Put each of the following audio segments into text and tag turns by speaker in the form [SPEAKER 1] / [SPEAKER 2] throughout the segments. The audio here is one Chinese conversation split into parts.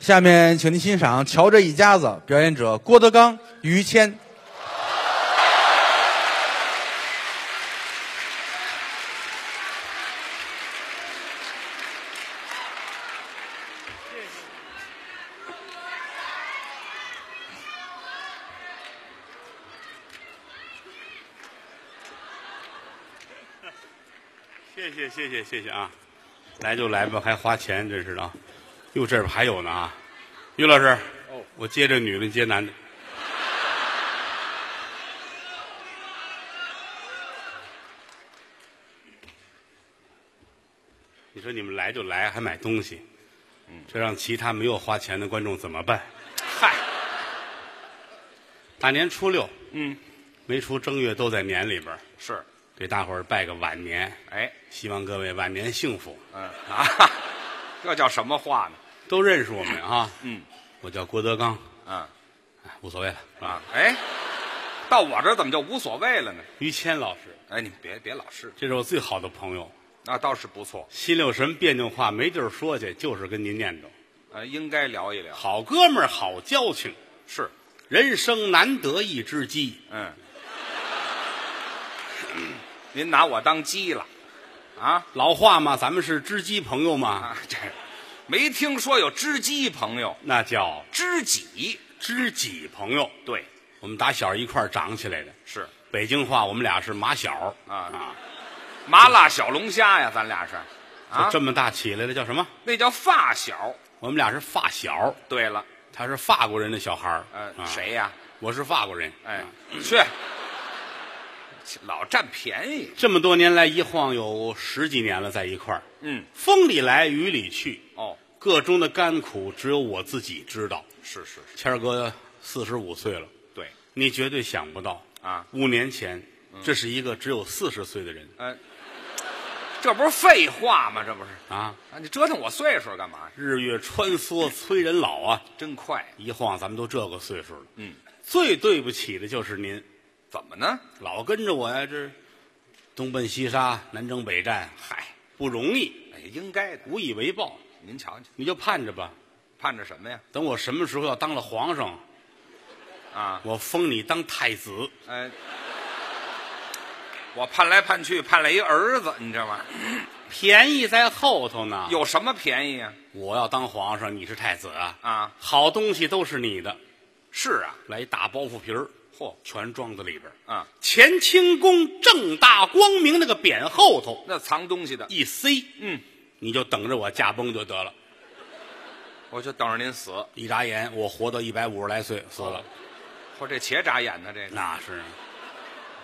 [SPEAKER 1] 下面，请您欣赏《瞧这一家子》，表演者郭德纲、于谦。
[SPEAKER 2] 谢谢谢谢谢谢啊！来就来吧，还花钱，真是的啊！哟，这边还有呢啊！于老师，哦，我接这女的，接男的。你说你们来就来，还买东西，这让其他没有花钱的观众怎么办？嗨，大年初六，
[SPEAKER 3] 嗯，
[SPEAKER 2] 没出正月都在年里边儿，
[SPEAKER 3] 是，
[SPEAKER 2] 给大伙儿拜个晚年。
[SPEAKER 3] 哎，
[SPEAKER 2] 希望各位晚年幸福。
[SPEAKER 3] 嗯啊，这叫什么话呢？
[SPEAKER 2] 都认识我们啊，
[SPEAKER 3] 嗯
[SPEAKER 2] 我叫郭德纲，
[SPEAKER 3] 嗯
[SPEAKER 2] 哎无所谓了
[SPEAKER 3] 啊
[SPEAKER 2] 啊。，
[SPEAKER 3] 哎，到我这儿怎么就无所谓了呢？
[SPEAKER 2] 于谦老师，
[SPEAKER 3] 哎，你别别老是，
[SPEAKER 2] 这是我最好的朋友，
[SPEAKER 3] 那倒是不错，
[SPEAKER 2] 心里有什么别扭话没地儿说去，就是跟您念叨。
[SPEAKER 3] 呃，应该聊一聊。
[SPEAKER 2] 好哥们儿，好交情，
[SPEAKER 3] 是，
[SPEAKER 2] 人生难得一知己。
[SPEAKER 3] 嗯，您拿我当鸡了，啊
[SPEAKER 2] 老话嘛，咱们是知己朋友嘛，
[SPEAKER 3] 啊，这没听说有知己朋友，
[SPEAKER 2] 那叫
[SPEAKER 3] 知己
[SPEAKER 2] 知己朋友。
[SPEAKER 3] 对
[SPEAKER 2] 我们打小一块儿长起来的，
[SPEAKER 3] 是
[SPEAKER 2] 北京话我们俩是马小
[SPEAKER 3] 啊
[SPEAKER 2] 啊，
[SPEAKER 3] 麻辣小龙虾呀，咱俩是，啊
[SPEAKER 2] 就，这么大起来的叫什么？
[SPEAKER 3] 那叫发小。
[SPEAKER 2] 我们俩是发小，
[SPEAKER 3] 对了，
[SPEAKER 2] 他是法国人的小孩儿，
[SPEAKER 3] 呃，
[SPEAKER 2] 啊
[SPEAKER 3] 谁呀、
[SPEAKER 2] 我是法国人，
[SPEAKER 3] 哎
[SPEAKER 2] 啊，
[SPEAKER 3] 去，老占便宜。
[SPEAKER 2] 这么多年来一晃有十几年了，在一块儿，
[SPEAKER 3] 嗯，
[SPEAKER 2] 风里来雨里去，
[SPEAKER 3] 哦，
[SPEAKER 2] 各中的甘苦只有我自己知道。
[SPEAKER 3] 是是是，
[SPEAKER 2] 谦儿哥四十五岁了，
[SPEAKER 3] 对，
[SPEAKER 2] 你绝对想不到
[SPEAKER 3] 啊嗯
[SPEAKER 2] 五年前，这是一个只有四十岁的人
[SPEAKER 3] 呃，这不是废话吗？这不是
[SPEAKER 2] 啊！
[SPEAKER 3] 啊？你折腾我岁数干嘛？
[SPEAKER 2] 日月穿梭催人老啊！
[SPEAKER 3] 真快，
[SPEAKER 2] 一晃咱们都这个岁数了，
[SPEAKER 3] 嗯，
[SPEAKER 2] 最对不起的就是您，
[SPEAKER 3] 怎么呢？
[SPEAKER 2] 老跟着我呀，这东奔西杀，南征北战，嗨，不容易，
[SPEAKER 3] 哎，应该的。
[SPEAKER 2] 无以为报，
[SPEAKER 3] 您瞧瞧，
[SPEAKER 2] 你就盼着吧。
[SPEAKER 3] 盼着什么呀？
[SPEAKER 2] 等我什么时候要当了皇上，
[SPEAKER 3] 啊，
[SPEAKER 2] 我封你当太子，
[SPEAKER 3] 哎，我盼来盼去，盼来一儿子，你知道吗？
[SPEAKER 2] 便宜在后头呢。
[SPEAKER 3] 有什么便宜呀、
[SPEAKER 2] 我要当皇上，你是太子啊！
[SPEAKER 3] 啊
[SPEAKER 2] 好东西都是你的。
[SPEAKER 3] 是啊，
[SPEAKER 2] 来一大包袱皮儿，
[SPEAKER 3] 嚯
[SPEAKER 2] 全装在里边儿。
[SPEAKER 3] 啊，
[SPEAKER 2] 乾清宫正大光明那个匾后头
[SPEAKER 3] 那藏东西的，
[SPEAKER 2] 一塞，
[SPEAKER 3] 嗯，
[SPEAKER 2] 你就等着我驾崩就得了。
[SPEAKER 3] 我就等着您死。
[SPEAKER 2] 一眨眼，我活到一百五十来岁，死
[SPEAKER 3] 哦
[SPEAKER 2] 了。
[SPEAKER 3] 嚯，这且眨眼呢，这个
[SPEAKER 2] 那是，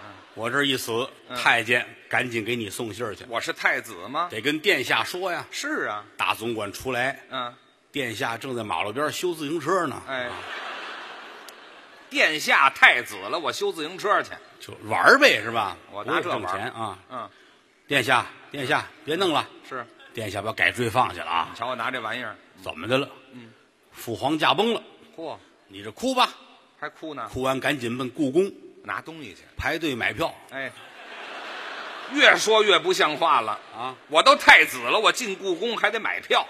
[SPEAKER 3] 嗯
[SPEAKER 2] 我这一死，太监赶紧给你送信儿去，
[SPEAKER 3] 我是太子吗？
[SPEAKER 2] 得跟殿下说呀。
[SPEAKER 3] 是啊，
[SPEAKER 2] 大总管出来，
[SPEAKER 3] 嗯，
[SPEAKER 2] 殿下正在马路边修自行车呢，啊
[SPEAKER 3] 哎，殿下太子了，我修自行车去。
[SPEAKER 2] 就玩儿呗，是吧？
[SPEAKER 3] 我
[SPEAKER 2] 不
[SPEAKER 3] 拿
[SPEAKER 2] 是
[SPEAKER 3] 这
[SPEAKER 2] 挣
[SPEAKER 3] 玩儿
[SPEAKER 2] 钱啊！
[SPEAKER 3] 嗯，
[SPEAKER 2] 殿下，殿下，别弄了，
[SPEAKER 3] 是，
[SPEAKER 2] 殿下把改锥放下了啊！
[SPEAKER 3] 瞧我拿这玩意儿，
[SPEAKER 2] 怎么的了？嗯，父皇驾崩了，
[SPEAKER 3] 嚯，
[SPEAKER 2] 你这哭吧，
[SPEAKER 3] 还哭呢，
[SPEAKER 2] 哭完赶紧奔故宫
[SPEAKER 3] 拿东西去。
[SPEAKER 2] 排队买票
[SPEAKER 3] 哎，越说越不像话了。
[SPEAKER 2] 啊！
[SPEAKER 3] 我都太子了，我进故宫还得买票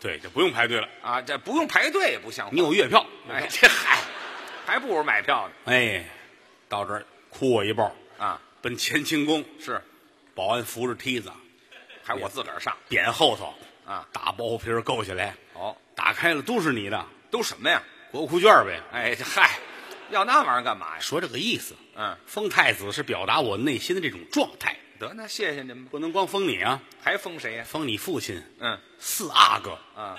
[SPEAKER 2] 对，就不用排队了，
[SPEAKER 3] 啊！这不用排队也不像话。
[SPEAKER 2] 你有月票。
[SPEAKER 3] 哎，这嗨，还不如买票呢
[SPEAKER 2] 哎，到这儿哭我一抱，
[SPEAKER 3] 啊！
[SPEAKER 2] 奔乾清宫，
[SPEAKER 3] 是，
[SPEAKER 2] 保安扶着梯子，
[SPEAKER 3] 还我自个儿上
[SPEAKER 2] 匾后头
[SPEAKER 3] 啊！
[SPEAKER 2] 大包袱皮儿够起来，
[SPEAKER 3] 哎哦，
[SPEAKER 2] 打开了都是你的
[SPEAKER 3] 都什么呀？
[SPEAKER 2] 国库券呗。
[SPEAKER 3] 哎，这嗨，要那玩意儿干嘛呀？
[SPEAKER 2] 说这个意思，
[SPEAKER 3] 嗯，
[SPEAKER 2] 封太子是表达我内心的这种状态，
[SPEAKER 3] 得，那谢谢您吧。
[SPEAKER 2] 不能光封你啊，
[SPEAKER 3] 还封谁呀、
[SPEAKER 2] 封你父亲、
[SPEAKER 3] 嗯
[SPEAKER 2] 四阿哥，
[SPEAKER 3] 啊，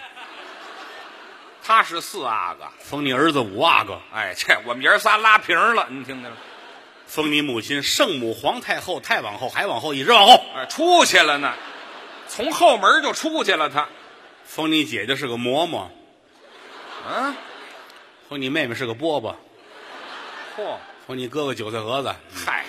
[SPEAKER 3] 他是四阿哥。
[SPEAKER 2] 封你儿子五阿哥，
[SPEAKER 3] 哎，这我们爷儿仨拉平了，您听见了？
[SPEAKER 2] 封你母亲圣母、皇太后、太往后，还往后，一直往后，
[SPEAKER 3] 哎，出去了呢，从后门就出去了。他，
[SPEAKER 2] 封你姐姐是个嬷嬷，
[SPEAKER 3] 嗯、
[SPEAKER 2] 封你妹妹是个饽饽，
[SPEAKER 3] 嚯，
[SPEAKER 2] 封你哥哥韭菜盒子，
[SPEAKER 3] 嗨，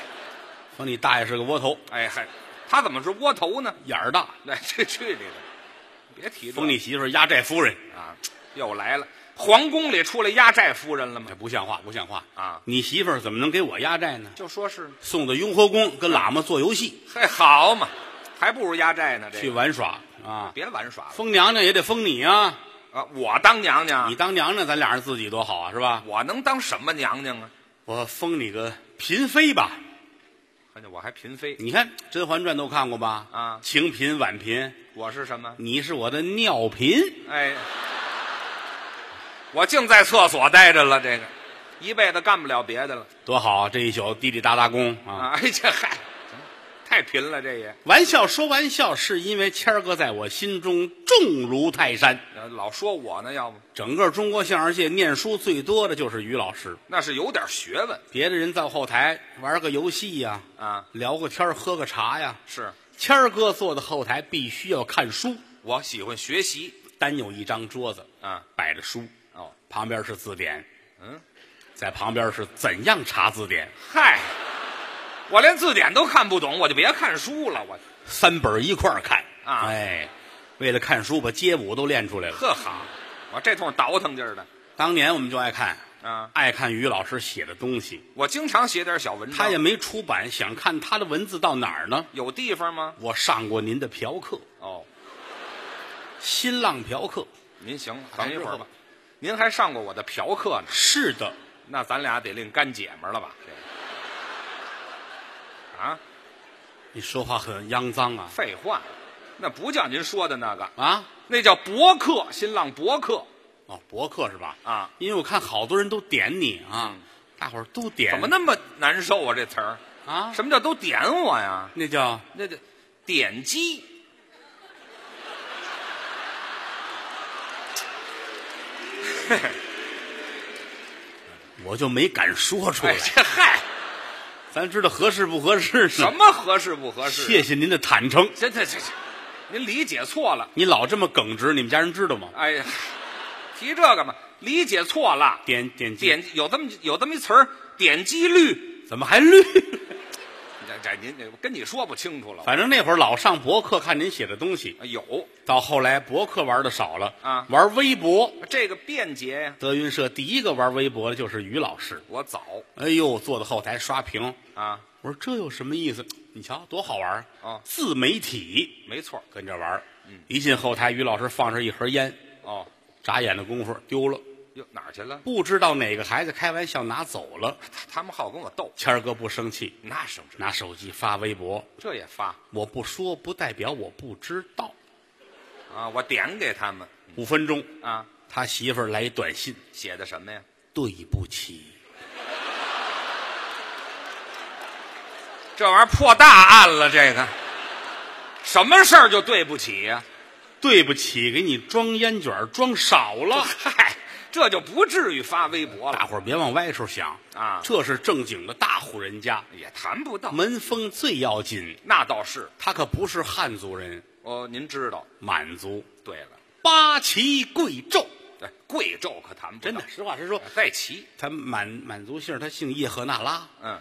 [SPEAKER 2] 封你大爷是个窝头，
[SPEAKER 3] 哎嗨，他怎么是窝头呢？
[SPEAKER 2] 眼儿大，
[SPEAKER 3] 来，哎 去去你的，别提这
[SPEAKER 2] 封你媳妇儿压寨夫人，
[SPEAKER 3] 啊！又来了，皇宫里出来压寨夫人了吗
[SPEAKER 2] 这？哎不像话，不像话
[SPEAKER 3] 啊
[SPEAKER 2] 你媳妇儿怎么能给我压寨呢？
[SPEAKER 3] 就说是，
[SPEAKER 2] 送到雍和宫跟喇嘛做游戏
[SPEAKER 3] 嘿，好嘛，还不如压寨呢。这
[SPEAKER 2] 去
[SPEAKER 3] 个、
[SPEAKER 2] 玩耍啊，
[SPEAKER 3] 别玩耍了，
[SPEAKER 2] 封娘娘也得封你啊，
[SPEAKER 3] 啊，我当娘娘
[SPEAKER 2] 你，当娘娘，咱俩人自己多好啊，是吧？
[SPEAKER 3] 我能当什么娘娘啊？
[SPEAKER 2] 我封你个嫔妃吧。
[SPEAKER 3] 看哎见我还嫔妃，
[SPEAKER 2] 你看《甄嬛传》都看过吧？
[SPEAKER 3] 啊
[SPEAKER 2] 清嫔、婉嫔，
[SPEAKER 3] 我是什么？
[SPEAKER 2] 你是我的尿嫔。
[SPEAKER 3] 哎，我净在厕所待着了，这个一辈子干不了别的了
[SPEAKER 2] 多好啊！这一宿滴滴答答功啊！
[SPEAKER 3] 啊！ 哎，这嗨，太贫了，这也
[SPEAKER 2] 玩笑说玩笑，是因为谦儿哥在我心中重如泰山。
[SPEAKER 3] 老说我呢，要不
[SPEAKER 2] 整个中国相声界念书最多的就是于老师，
[SPEAKER 3] 那是有点学问
[SPEAKER 2] 别的人到后台玩个游戏呀、
[SPEAKER 3] 啊。
[SPEAKER 2] 聊个天儿喝个茶呀。
[SPEAKER 3] 是
[SPEAKER 2] 谦儿哥坐在后台必须要看书，
[SPEAKER 3] 我喜欢学习
[SPEAKER 2] 单有一张桌子，
[SPEAKER 3] 啊。
[SPEAKER 2] 摆着书，
[SPEAKER 3] 哦，
[SPEAKER 2] 旁边是字典，
[SPEAKER 3] 嗯，
[SPEAKER 2] 在旁边是怎样查字典，
[SPEAKER 3] 嗨，我连字典都看不懂，我就别看书了。我
[SPEAKER 2] 三本儿一块儿看
[SPEAKER 3] 啊
[SPEAKER 2] 哎，为了看书把街舞都练出来了。
[SPEAKER 3] 呵好，我这通倒腾劲儿的
[SPEAKER 2] 当年我们就爱看，
[SPEAKER 3] 啊。
[SPEAKER 2] 爱看于老师写的东西，
[SPEAKER 3] 我经常写点小文章，
[SPEAKER 2] 他也没出版，想看他的文字到哪儿呢？
[SPEAKER 3] 有地方吗？
[SPEAKER 2] 我上过您的嫖客，
[SPEAKER 3] 哦，
[SPEAKER 2] 新浪嫖客，
[SPEAKER 3] 您行了，
[SPEAKER 2] 咱们
[SPEAKER 3] 等一会
[SPEAKER 2] 之
[SPEAKER 3] 儿
[SPEAKER 2] 后
[SPEAKER 3] 吧
[SPEAKER 2] 吧。
[SPEAKER 3] 您还上过我的嫖课呢，
[SPEAKER 2] 是的，
[SPEAKER 3] 那咱俩得另干姐们儿了吧？这个啊，
[SPEAKER 2] 你说话很肮脏啊
[SPEAKER 3] 废话，那不叫您说的那个，
[SPEAKER 2] 啊！
[SPEAKER 3] 那叫博客，新浪博客
[SPEAKER 2] 哦，博客是吧？
[SPEAKER 3] 啊，嗯
[SPEAKER 2] 因为我看好多人都点你啊，大伙儿都点，
[SPEAKER 3] 怎么那么难受啊？这词儿，
[SPEAKER 2] 啊？
[SPEAKER 3] 什么叫都点我呀？
[SPEAKER 2] 那叫
[SPEAKER 3] 那得点击。
[SPEAKER 2] 我就没敢说出来
[SPEAKER 3] 哎，，这嗨，
[SPEAKER 2] 咱知道合适不合适呢？
[SPEAKER 3] 什么合适不合适？
[SPEAKER 2] 嗯
[SPEAKER 3] 啊
[SPEAKER 2] 谢谢您的坦诚，
[SPEAKER 3] 这这这这，您理解错了。
[SPEAKER 2] 你老这么耿直，你们家人知道吗？
[SPEAKER 3] 哎呀，提这个嘛，理解错了。
[SPEAKER 2] 点点击，
[SPEAKER 3] 点有这么有这么一词儿，点击率。
[SPEAKER 2] 怎么还绿？
[SPEAKER 3] 这这您这跟你说不清楚了。
[SPEAKER 2] 反正那会儿老上博客看您写的东西，
[SPEAKER 3] 有
[SPEAKER 2] 到后来博客玩的少了
[SPEAKER 3] 啊
[SPEAKER 2] 玩微博。
[SPEAKER 3] 这个便捷呀，
[SPEAKER 2] 德云社第一个玩微博的就是于老师，
[SPEAKER 3] 我早
[SPEAKER 2] 哎呦，坐在后台刷屏，
[SPEAKER 3] 啊，
[SPEAKER 2] 我说这有什么意思？你瞧多好玩啊
[SPEAKER 3] 哦
[SPEAKER 2] 自媒体
[SPEAKER 3] 没错儿
[SPEAKER 2] 跟着玩，嗯，一进后台，于老师放上一盒烟，
[SPEAKER 3] 哦。
[SPEAKER 2] 眨眼的功夫丢了，
[SPEAKER 3] 哟，哪儿去了？
[SPEAKER 2] 不知道哪个孩子开玩笑拿走了。
[SPEAKER 3] 他们好跟我斗，
[SPEAKER 2] 谦儿哥不生气，
[SPEAKER 3] 那省着，
[SPEAKER 2] 拿手机发微博，
[SPEAKER 3] 这也发
[SPEAKER 2] 我不说不代表我不知道。
[SPEAKER 3] 啊！我点给他们
[SPEAKER 2] 五分钟，
[SPEAKER 3] 啊，
[SPEAKER 2] 他媳妇儿来一短信：
[SPEAKER 3] 写的什么呀？
[SPEAKER 2] 对不起。
[SPEAKER 3] 这玩意儿破大案了，这个什么事儿就对不起呀、
[SPEAKER 2] 对不起，给你装烟卷儿装少了。
[SPEAKER 3] 嗨，这就不至于发微博
[SPEAKER 2] 大
[SPEAKER 3] 了，
[SPEAKER 2] 伙儿别往歪处想
[SPEAKER 3] 啊
[SPEAKER 2] 这是正经的大户人家，
[SPEAKER 3] 也谈不到。
[SPEAKER 2] 门风最要紧。
[SPEAKER 3] 那倒是，
[SPEAKER 2] 他可不是汉族人，
[SPEAKER 3] 哦，您知道。
[SPEAKER 2] 满族
[SPEAKER 3] 对了，
[SPEAKER 2] 八旗贵胄，
[SPEAKER 3] 对贵胄可谈不到
[SPEAKER 2] 真的，实话实说，
[SPEAKER 3] 带旗，
[SPEAKER 2] 他满满族姓儿，他姓叶赫那拉，
[SPEAKER 3] 嗯，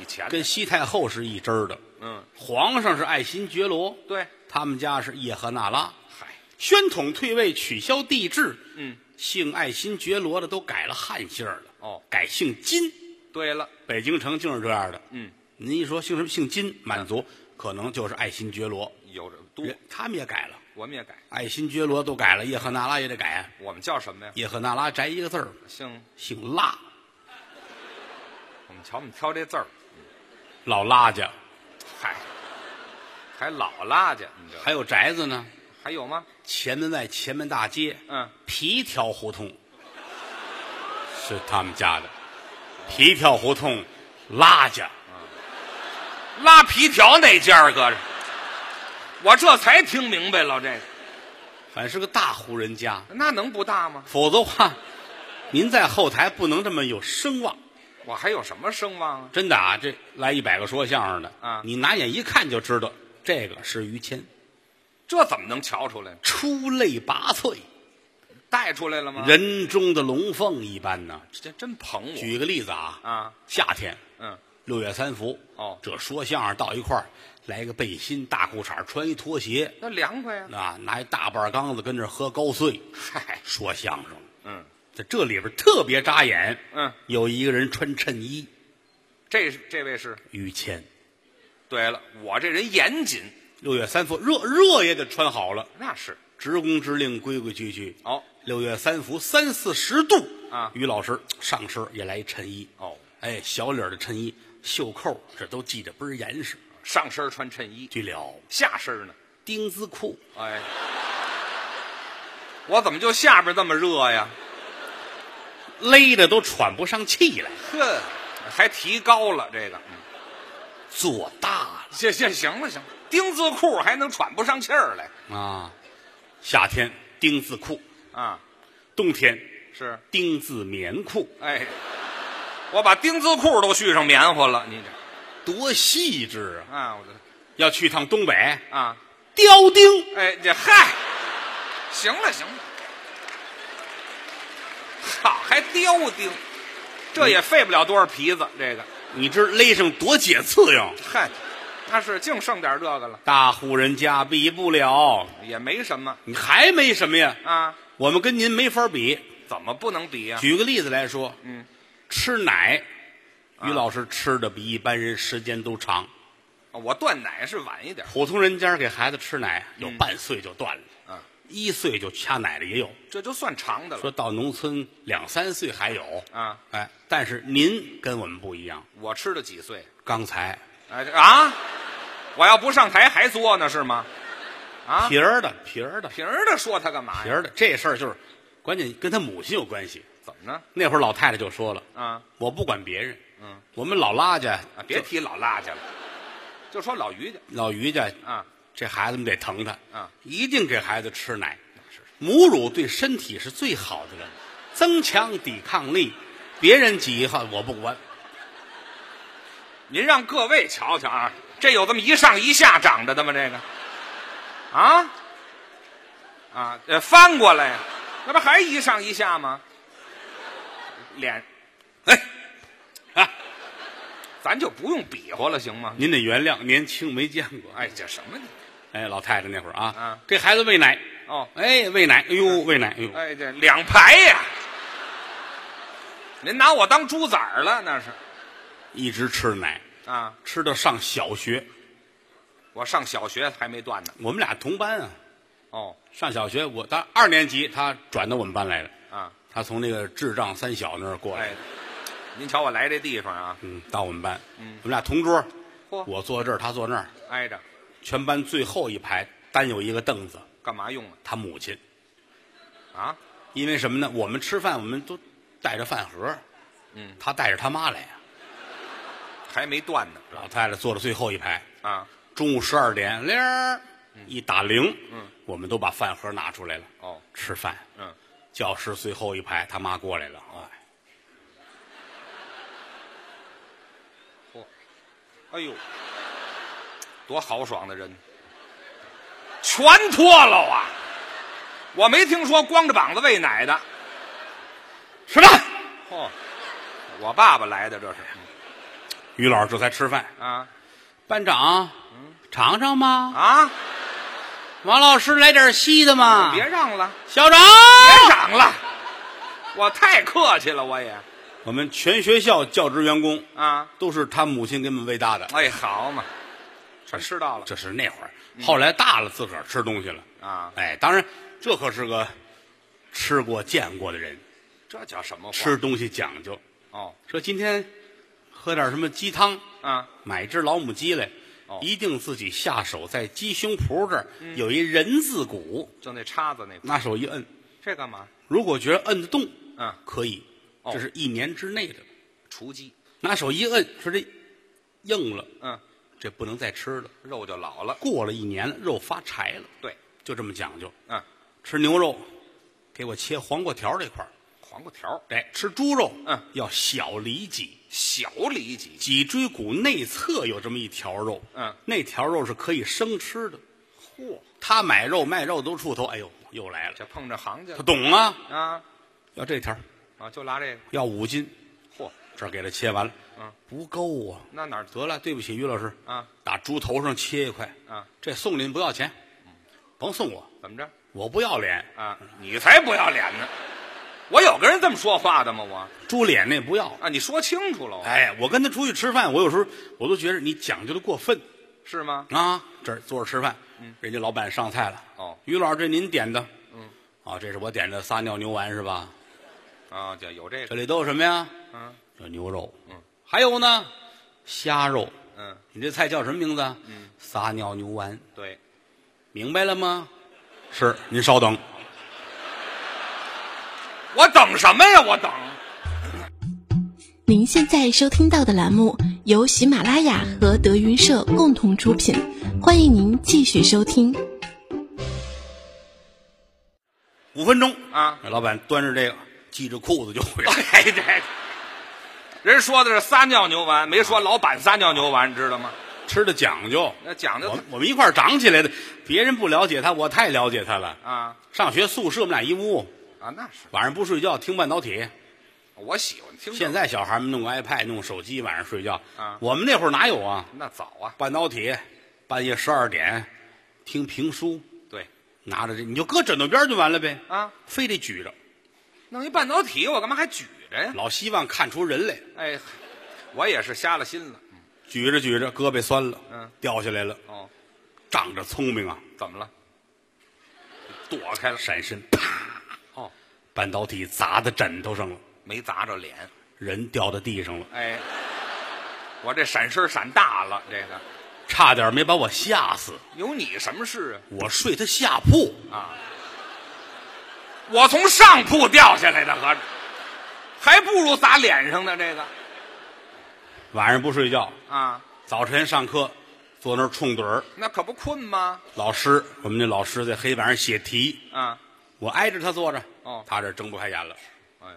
[SPEAKER 3] 以前
[SPEAKER 2] 跟西太后是一支儿的。
[SPEAKER 3] 嗯，
[SPEAKER 2] 皇上是爱新觉罗，
[SPEAKER 3] 对，
[SPEAKER 2] 他们家是叶赫那拉。
[SPEAKER 3] 嗨，
[SPEAKER 2] 宣统退位，取消帝制，
[SPEAKER 3] 嗯，
[SPEAKER 2] 姓爱新觉罗的都改了汉姓儿了，
[SPEAKER 3] 哦
[SPEAKER 2] 改姓金。
[SPEAKER 3] 对了，
[SPEAKER 2] 北京城就是这样的。
[SPEAKER 3] 嗯，
[SPEAKER 2] 您一说姓什么姓金，满族、可能就是爱新觉罗，
[SPEAKER 3] 有这多，
[SPEAKER 2] 人他们也改了，
[SPEAKER 3] 我们也改，
[SPEAKER 2] 爱新觉罗都改了，叶赫那拉也得改，
[SPEAKER 3] 我们叫什么呀？
[SPEAKER 2] 叶赫那拉摘一个字儿，
[SPEAKER 3] 姓，
[SPEAKER 2] 姓拉，
[SPEAKER 3] 我们瞧我们挑这字儿，
[SPEAKER 2] 老拉家。
[SPEAKER 3] 嗨，还老拉家，你这
[SPEAKER 2] 还有宅子呢，
[SPEAKER 3] 还有吗？
[SPEAKER 2] 前门外、前门大街，
[SPEAKER 3] 嗯，
[SPEAKER 2] 皮条胡同是他们家的，皮条胡同拉家。
[SPEAKER 3] 拉皮条那家儿搁着，我这才听明白了，这个
[SPEAKER 2] 反是个大户人家，
[SPEAKER 3] 那能不大吗？
[SPEAKER 2] 否则话，您在后台不能这么有声望。
[SPEAKER 3] 我还有什么声望啊？
[SPEAKER 2] 真的啊，这来一百个说相声的
[SPEAKER 3] 啊
[SPEAKER 2] 你拿眼一看就知道，这个是于谦，
[SPEAKER 3] 这怎么能瞧出来呢？
[SPEAKER 2] 出类拔萃，
[SPEAKER 3] 带出来了吗？
[SPEAKER 2] 人中的龙凤一般呢。
[SPEAKER 3] 这真捧我
[SPEAKER 2] 举个例子啊，
[SPEAKER 3] 啊！
[SPEAKER 2] 夏天
[SPEAKER 3] 嗯，
[SPEAKER 2] 六月三伏，
[SPEAKER 3] 哦
[SPEAKER 2] 这说相声到一块儿，来个背心、大裤衩，穿一拖鞋，
[SPEAKER 3] 那凉快呀、
[SPEAKER 2] 啊，拿一大半缸子跟这儿喝高碎，
[SPEAKER 3] 嗨，
[SPEAKER 2] 说相声。
[SPEAKER 3] 嗯
[SPEAKER 2] 在这里边特别扎眼，
[SPEAKER 3] 嗯，
[SPEAKER 2] 有一个人穿衬衣，
[SPEAKER 3] 这这位是
[SPEAKER 2] 于谦，
[SPEAKER 3] 对了，我这人严谨，
[SPEAKER 2] 六月三伏，热热也得穿好了，
[SPEAKER 3] 那是
[SPEAKER 2] 职工之令，规规矩矩。
[SPEAKER 3] 哦
[SPEAKER 2] 六月三伏，三四十度
[SPEAKER 3] 啊
[SPEAKER 2] 于老师上身也来一衬衣
[SPEAKER 3] 哦，
[SPEAKER 2] 哎，小领儿的衬衣，袖扣这都系得倍儿严实。
[SPEAKER 3] 上身穿衬衣，
[SPEAKER 2] 据了，
[SPEAKER 3] 下身呢？
[SPEAKER 2] 丁字裤，
[SPEAKER 3] 哎，我怎么就下边这么热呀？
[SPEAKER 2] 勒的都喘不上气来，
[SPEAKER 3] 呵，还提高了这个，嗯
[SPEAKER 2] 做大
[SPEAKER 3] 行行行了行了，丁字裤还能喘不上气儿来
[SPEAKER 2] 了啊！夏天丁字裤，
[SPEAKER 3] 啊？
[SPEAKER 2] 冬天
[SPEAKER 3] 是，
[SPEAKER 2] 丁字棉裤，
[SPEAKER 3] 哎，我把丁字裤都续上棉花了，你这
[SPEAKER 2] 多细致啊！
[SPEAKER 3] 啊，我这
[SPEAKER 2] 要去趟东北，
[SPEAKER 3] 啊，
[SPEAKER 2] 雕钉
[SPEAKER 3] 哎，这嗨，行了行了，好，还雕钉，这也费不了多少皮子，这个
[SPEAKER 2] 你知勒上多解刺痒，
[SPEAKER 3] 嗨，那是净剩点这个了，
[SPEAKER 2] 大户人家比不了。
[SPEAKER 3] 也没什么
[SPEAKER 2] 你还没什么呀？
[SPEAKER 3] 啊，
[SPEAKER 2] 我们跟您没法比。
[SPEAKER 3] 怎么不能比呀、
[SPEAKER 2] 举个例子来说，
[SPEAKER 3] 嗯，
[SPEAKER 2] 吃奶，于老师吃的比一般人时间都长。
[SPEAKER 3] 我断奶是晚一点，
[SPEAKER 2] 普通人家给孩子吃奶，有半岁就断了，
[SPEAKER 3] 嗯，
[SPEAKER 2] 一岁就掐奶的也有，
[SPEAKER 3] 这就算长的了
[SPEAKER 2] 说到农村两三岁还有。
[SPEAKER 3] 啊。
[SPEAKER 2] 哎，但是您跟我们不一样。
[SPEAKER 3] 我吃了几岁？
[SPEAKER 2] 刚才
[SPEAKER 3] 哎这啊，我要不上台还作呢是吗？啊，
[SPEAKER 2] 皮儿的皮儿的
[SPEAKER 3] 平儿的说他干嘛
[SPEAKER 2] 皮
[SPEAKER 3] 呀？
[SPEAKER 2] 儿的这事儿就是，关键跟他母亲有关系。
[SPEAKER 3] 怎么呢？
[SPEAKER 2] 那会儿老太太就说了，
[SPEAKER 3] 啊
[SPEAKER 2] 我不管别人，
[SPEAKER 3] 嗯，
[SPEAKER 2] 我们老拉家
[SPEAKER 3] 啊，别提老辣家了，就说老于家
[SPEAKER 2] 老于家
[SPEAKER 3] 啊，
[SPEAKER 2] 这孩子们得疼他，
[SPEAKER 3] 啊
[SPEAKER 2] 一定给孩子吃奶
[SPEAKER 3] 是。
[SPEAKER 2] 母乳对身体是最好的了，增强抵抗力。别人挤一号我不管，
[SPEAKER 3] 您让各位瞧瞧啊，这有这么一上一下长着的吗？这个，啊啊，呃，翻过来呀，那不还一上一下吗？脸，
[SPEAKER 2] 哎，啊，
[SPEAKER 3] 咱就不用比划了，行吗？
[SPEAKER 2] 您得原谅，年轻没见过。
[SPEAKER 3] 哎，这什么？
[SPEAKER 2] 哎，老太太那会儿啊，
[SPEAKER 3] 啊
[SPEAKER 2] 这孩子喂奶，
[SPEAKER 3] 哦，
[SPEAKER 2] 哎，喂奶，哎呦，喂奶，哎呦，
[SPEAKER 3] 哎，这两排呀！您拿我当猪崽儿了，那是
[SPEAKER 2] 一直吃奶，
[SPEAKER 3] 啊！
[SPEAKER 2] 吃到上小学。
[SPEAKER 3] 我上小学还没断呢。
[SPEAKER 2] 我们俩同班啊，
[SPEAKER 3] 哦，
[SPEAKER 2] 上小学，我他二年级，他转到我们班来了。
[SPEAKER 3] 啊，
[SPEAKER 2] 他从那个智障三小那儿过来
[SPEAKER 3] 哎，，您瞧我来这地方啊，
[SPEAKER 2] 嗯，到我们班，我们俩同桌，
[SPEAKER 3] 嚯
[SPEAKER 2] 我坐这儿，他坐那儿，
[SPEAKER 3] 挨着，
[SPEAKER 2] 全班最后一排单有一个凳子，
[SPEAKER 3] 干嘛用啊？
[SPEAKER 2] 他母亲，
[SPEAKER 3] 啊，
[SPEAKER 2] 因为什么呢？我们吃饭，我们都带着饭盒，
[SPEAKER 3] 嗯，
[SPEAKER 2] 他带着他妈来呀、
[SPEAKER 3] 还没断呢
[SPEAKER 2] 老太太坐到最后一排，
[SPEAKER 3] 啊！
[SPEAKER 2] 中午十二点铃儿一打铃，
[SPEAKER 3] 嗯，
[SPEAKER 2] 我们都把饭盒拿出来了，
[SPEAKER 3] 哦，
[SPEAKER 2] 吃饭。
[SPEAKER 3] 嗯，
[SPEAKER 2] 教室最后一排，他妈过来了，哎，
[SPEAKER 3] 哎呦，多豪爽的人，全脱了啊！我没听说光着膀子喂奶的。
[SPEAKER 2] 吃饭。
[SPEAKER 3] 哦，我爸爸来的这是
[SPEAKER 2] 于老师这才吃饭，
[SPEAKER 3] 啊
[SPEAKER 2] 班长，尝尝吗？
[SPEAKER 3] 嗯啊！
[SPEAKER 2] 王老师来点稀的吗？
[SPEAKER 3] 别让了。
[SPEAKER 2] 校长，
[SPEAKER 3] 别嚷了，我太客气了，我也
[SPEAKER 2] 我们全学校教职员工
[SPEAKER 3] 啊，
[SPEAKER 2] 都是他母亲给我们喂大的，
[SPEAKER 3] 哎，好嘛，全吃到了
[SPEAKER 2] 这是那会儿。后来大了，自个儿吃东西了。
[SPEAKER 3] 嗯啊，
[SPEAKER 2] 哎，当然，这可是个吃过见过的人，
[SPEAKER 3] 这叫什么话？
[SPEAKER 2] 吃东西讲究。
[SPEAKER 3] 哦
[SPEAKER 2] 说今天喝点什么鸡汤，
[SPEAKER 3] 啊，
[SPEAKER 2] 买只老母鸡来，
[SPEAKER 3] 哦嗯
[SPEAKER 2] 一定自己下手，在鸡胸脯这儿有一人字骨，
[SPEAKER 3] 就那叉子那，
[SPEAKER 2] 拿手一摁，
[SPEAKER 3] 这干嘛？
[SPEAKER 2] 如果觉得摁得动，
[SPEAKER 3] 嗯，
[SPEAKER 2] 可以，
[SPEAKER 3] 哦
[SPEAKER 2] 这是一年之内的。
[SPEAKER 3] 雏鸡，
[SPEAKER 2] 拿手一摁，说这硬了，
[SPEAKER 3] 嗯，
[SPEAKER 2] 这不能再吃了。
[SPEAKER 3] 肉就老了，
[SPEAKER 2] 过了一年了，肉发柴了，
[SPEAKER 3] 对，
[SPEAKER 2] 就这么讲究。
[SPEAKER 3] 嗯，
[SPEAKER 2] 吃牛肉，给我切黄瓜条这块儿；
[SPEAKER 3] 黄瓜条，
[SPEAKER 2] 哎，吃猪肉，
[SPEAKER 3] 嗯，
[SPEAKER 2] 要小里脊，
[SPEAKER 3] 小里脊，
[SPEAKER 2] 脊椎骨内侧有这么一条肉，
[SPEAKER 3] 嗯，
[SPEAKER 2] 那条肉是可以生吃的。
[SPEAKER 3] 嚯，
[SPEAKER 2] 他买肉卖肉都出头，哎呦，又来了，
[SPEAKER 3] 这碰着行家
[SPEAKER 2] 他
[SPEAKER 3] 了
[SPEAKER 2] 懂啊，
[SPEAKER 3] 啊
[SPEAKER 2] 要这条，
[SPEAKER 3] 啊，就拉这个，
[SPEAKER 2] 要五斤，
[SPEAKER 3] 嚯，
[SPEAKER 2] 这儿给他切完了，
[SPEAKER 3] 嗯，
[SPEAKER 2] 不够啊，
[SPEAKER 3] 那哪儿得
[SPEAKER 2] 得了，对不起，于老师，
[SPEAKER 3] 啊
[SPEAKER 2] 打猪头上切一块，
[SPEAKER 3] 啊？
[SPEAKER 2] 这送您不要钱，甭送我，
[SPEAKER 3] 怎么着
[SPEAKER 2] 我不要脸，
[SPEAKER 3] 啊？你才不要脸呢！我有跟人这么说话的吗？我
[SPEAKER 2] 猪脸那不要。哎
[SPEAKER 3] 啊，你说清楚了，
[SPEAKER 2] 哎，我跟他出去吃饭，我有时候我都觉得你讲究的过分。
[SPEAKER 3] 是吗？
[SPEAKER 2] 啊，这儿坐着吃饭，人家老板上菜了。
[SPEAKER 3] 嗯哦
[SPEAKER 2] 于老师，这您点的。嗯，啊，这是我点的撒尿牛丸是吧？
[SPEAKER 3] 啊，就有这
[SPEAKER 2] 这
[SPEAKER 3] 个，
[SPEAKER 2] 里都有什么呀？
[SPEAKER 3] 嗯
[SPEAKER 2] 有牛肉，嗯，还有呢，虾肉。
[SPEAKER 3] 嗯，
[SPEAKER 2] 你这菜叫什么名字？嗯，撒尿牛丸，
[SPEAKER 3] 对，
[SPEAKER 2] 明白了吗？是，您稍等。
[SPEAKER 3] 我等什么呀？我等
[SPEAKER 4] 您现在收听到的栏目由喜马拉雅和德云社共同出品，欢迎您继续收听。
[SPEAKER 2] 五分钟
[SPEAKER 3] 啊！
[SPEAKER 2] 老板端着这个，系着裤子就回来。
[SPEAKER 3] 哎，这人说的是撒尿牛丸，没
[SPEAKER 2] 啊
[SPEAKER 3] 说老板撒尿牛丸，你知道吗？
[SPEAKER 2] 吃的讲究，
[SPEAKER 3] 那讲
[SPEAKER 2] 我
[SPEAKER 3] 究
[SPEAKER 2] 们我们一块儿长起来的，别人不了解他，我太了解他了。
[SPEAKER 3] 啊
[SPEAKER 2] 上学宿舍我们俩一屋，
[SPEAKER 3] 啊，那是
[SPEAKER 2] 晚上不睡觉听半导体。
[SPEAKER 3] 我喜欢听这个。
[SPEAKER 2] 现在小孩们弄个 iPad，弄手机，晚上睡觉。
[SPEAKER 3] 啊
[SPEAKER 2] 我们那会儿哪有啊？
[SPEAKER 3] 那早啊，
[SPEAKER 2] 半导体，半夜十二点听评书，
[SPEAKER 3] 对
[SPEAKER 2] 拿着这你就搁枕头边儿就完了呗。
[SPEAKER 3] 啊，
[SPEAKER 2] 非得举着，
[SPEAKER 3] 弄一半导体，我干嘛还举着呀？
[SPEAKER 2] 老希望看出人来。
[SPEAKER 3] 哎，我也是瞎了心了。
[SPEAKER 2] 举着举着，胳膊酸了，
[SPEAKER 3] 嗯，
[SPEAKER 2] 掉下来了。
[SPEAKER 3] 哦，
[SPEAKER 2] 仗着聪明啊，
[SPEAKER 3] 怎么了？
[SPEAKER 2] 躲开了，闪身，啪，
[SPEAKER 3] 哦，
[SPEAKER 2] 半导体砸在枕头上了，
[SPEAKER 3] 没砸着脸。
[SPEAKER 2] 人掉到地上了，
[SPEAKER 3] 哎，我这闪身闪大了，这个
[SPEAKER 2] 差点没把我吓死。
[SPEAKER 3] 有你什么事
[SPEAKER 2] 我睡他下铺，
[SPEAKER 3] 啊？啊，我从上铺掉下来的，合着还不如砸脸上呢。这个
[SPEAKER 2] 晚上不睡觉，
[SPEAKER 3] 啊，
[SPEAKER 2] 早晨上课，坐那儿冲盹儿。
[SPEAKER 3] 那可不困吗？
[SPEAKER 2] 老师，我们那老师在黑板上写题，
[SPEAKER 3] 啊，
[SPEAKER 2] 我挨着他坐着，
[SPEAKER 3] 哦
[SPEAKER 2] 他这睁不开眼了。
[SPEAKER 3] 哎呦，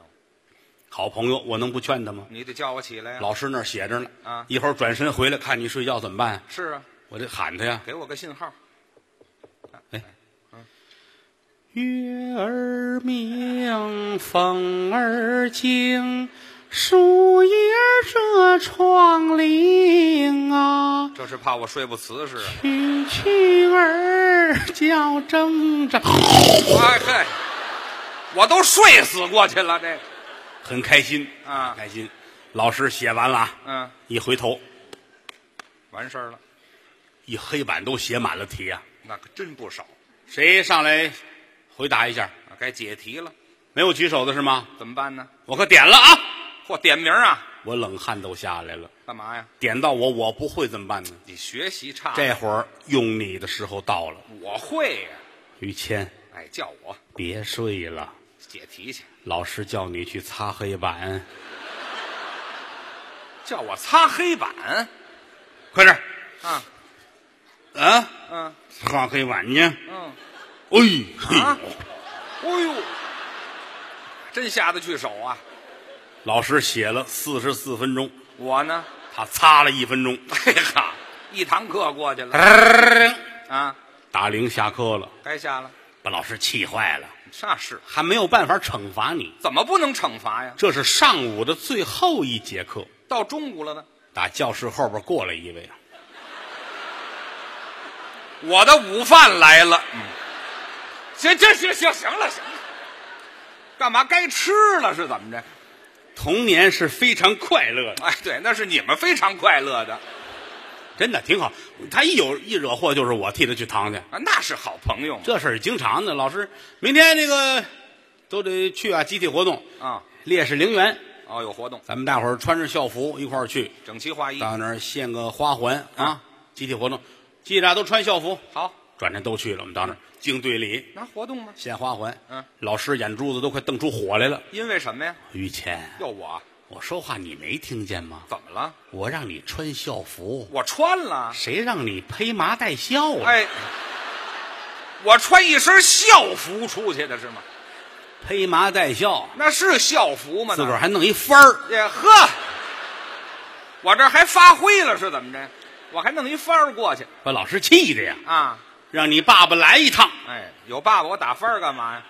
[SPEAKER 2] 好朋友，我能不劝他吗？
[SPEAKER 3] 你得叫我起来呀、
[SPEAKER 2] 老师那儿写着呢，
[SPEAKER 3] 啊
[SPEAKER 2] 一会儿转身回来看你睡觉怎么办？
[SPEAKER 3] 是啊，
[SPEAKER 2] 我得喊他呀。
[SPEAKER 3] 给我个信号。
[SPEAKER 2] 月儿明，风儿静，树叶遮窗棂啊，
[SPEAKER 3] 这是怕我睡不瓷实。
[SPEAKER 2] 蛐蛐儿
[SPEAKER 3] 嗯
[SPEAKER 2] 叫铮铮。
[SPEAKER 3] 哎嘿，我都睡死过去了。这个，
[SPEAKER 2] 很开心
[SPEAKER 3] 啊
[SPEAKER 2] 很开心。老师写完了啊，
[SPEAKER 3] 嗯，
[SPEAKER 2] 一回头，
[SPEAKER 3] 完事儿了，
[SPEAKER 2] 一黑板都写满了题啊。
[SPEAKER 3] 那可真不少。
[SPEAKER 2] 谁上来回答一下？
[SPEAKER 3] 啊该解题了，
[SPEAKER 2] 没有举手的是吗？
[SPEAKER 3] 怎么办呢？
[SPEAKER 2] 我可点了啊！
[SPEAKER 3] 嚯，点名啊！
[SPEAKER 2] 我冷汗都下来了。
[SPEAKER 3] 干嘛呀？
[SPEAKER 2] 点到我，我不会怎么办呢？
[SPEAKER 3] 你学习差，
[SPEAKER 2] 这会儿用你的时候到了，
[SPEAKER 3] 我会呀、
[SPEAKER 2] 于谦，
[SPEAKER 3] 哎，叫我
[SPEAKER 2] 别睡了，
[SPEAKER 3] 解题去，
[SPEAKER 2] 老师叫你去擦黑板，
[SPEAKER 3] 叫我擦黑板
[SPEAKER 2] 快点儿
[SPEAKER 3] 啊！
[SPEAKER 2] 啊！
[SPEAKER 3] 嗯
[SPEAKER 2] 擦黑板去！
[SPEAKER 3] 嗯，
[SPEAKER 2] 哎，
[SPEAKER 3] 啊
[SPEAKER 2] 嘿
[SPEAKER 3] 哎呦，真下得去手啊！
[SPEAKER 2] 老师写了四十四分钟，
[SPEAKER 3] 我呢，
[SPEAKER 2] 他擦了一分钟，
[SPEAKER 3] 哎哈，一堂课过去了啊，
[SPEAKER 2] 打铃下课了，
[SPEAKER 3] 该下了。
[SPEAKER 2] 把老师气坏了，
[SPEAKER 3] 啥事？
[SPEAKER 2] 还没有办法惩罚你。
[SPEAKER 3] 怎么不能惩罚呀？
[SPEAKER 2] 这是上午的最后一节课，
[SPEAKER 3] 到中午了呢，
[SPEAKER 2] 打教室后边过来一位啊，
[SPEAKER 3] 我的午饭来了。嗯，行行行行行了行了，干嘛该吃了是怎么着？
[SPEAKER 2] 童年是非常快乐的，
[SPEAKER 3] 哎，对，那是你们非常快乐的
[SPEAKER 2] 真的挺好。他一有一惹祸，就是我替他去趟去，
[SPEAKER 3] 啊，那是好朋友嘛
[SPEAKER 2] 这事儿经常的。老师，明天那个都得去啊，集体活动，
[SPEAKER 3] 啊。
[SPEAKER 2] 烈士陵园，
[SPEAKER 3] 哦，有活动，
[SPEAKER 2] 咱们大伙儿穿着校服一块儿去，
[SPEAKER 3] 整齐划一。
[SPEAKER 2] 到那儿献个花环啊，集体活动，记着啊都穿校服。
[SPEAKER 3] 好，
[SPEAKER 2] 转天都去了，我们到那儿敬队礼。
[SPEAKER 3] 那活动吗？
[SPEAKER 2] 献花环，
[SPEAKER 3] 嗯，
[SPEAKER 2] 老师眼珠子都快瞪出火来了。
[SPEAKER 3] 因为什么呀？
[SPEAKER 2] 于谦，
[SPEAKER 3] 要我
[SPEAKER 2] 我说话你没听见吗？
[SPEAKER 3] 怎么了？
[SPEAKER 2] 我让你穿校服，
[SPEAKER 3] 我穿了，
[SPEAKER 2] 谁让你披麻戴孝啊了？，
[SPEAKER 3] 哎，我穿一身校服出去的是吗？
[SPEAKER 2] 披麻戴孝，
[SPEAKER 3] 那是校服吗？
[SPEAKER 2] 自个儿还弄一幡儿，
[SPEAKER 3] 也呵，我这还发挥了是怎么着？我还弄一幡儿过去
[SPEAKER 2] 把老师气的呀！
[SPEAKER 3] 啊！
[SPEAKER 2] 让你爸爸来一趟，
[SPEAKER 3] 哎，有爸爸我打幡儿干嘛呀？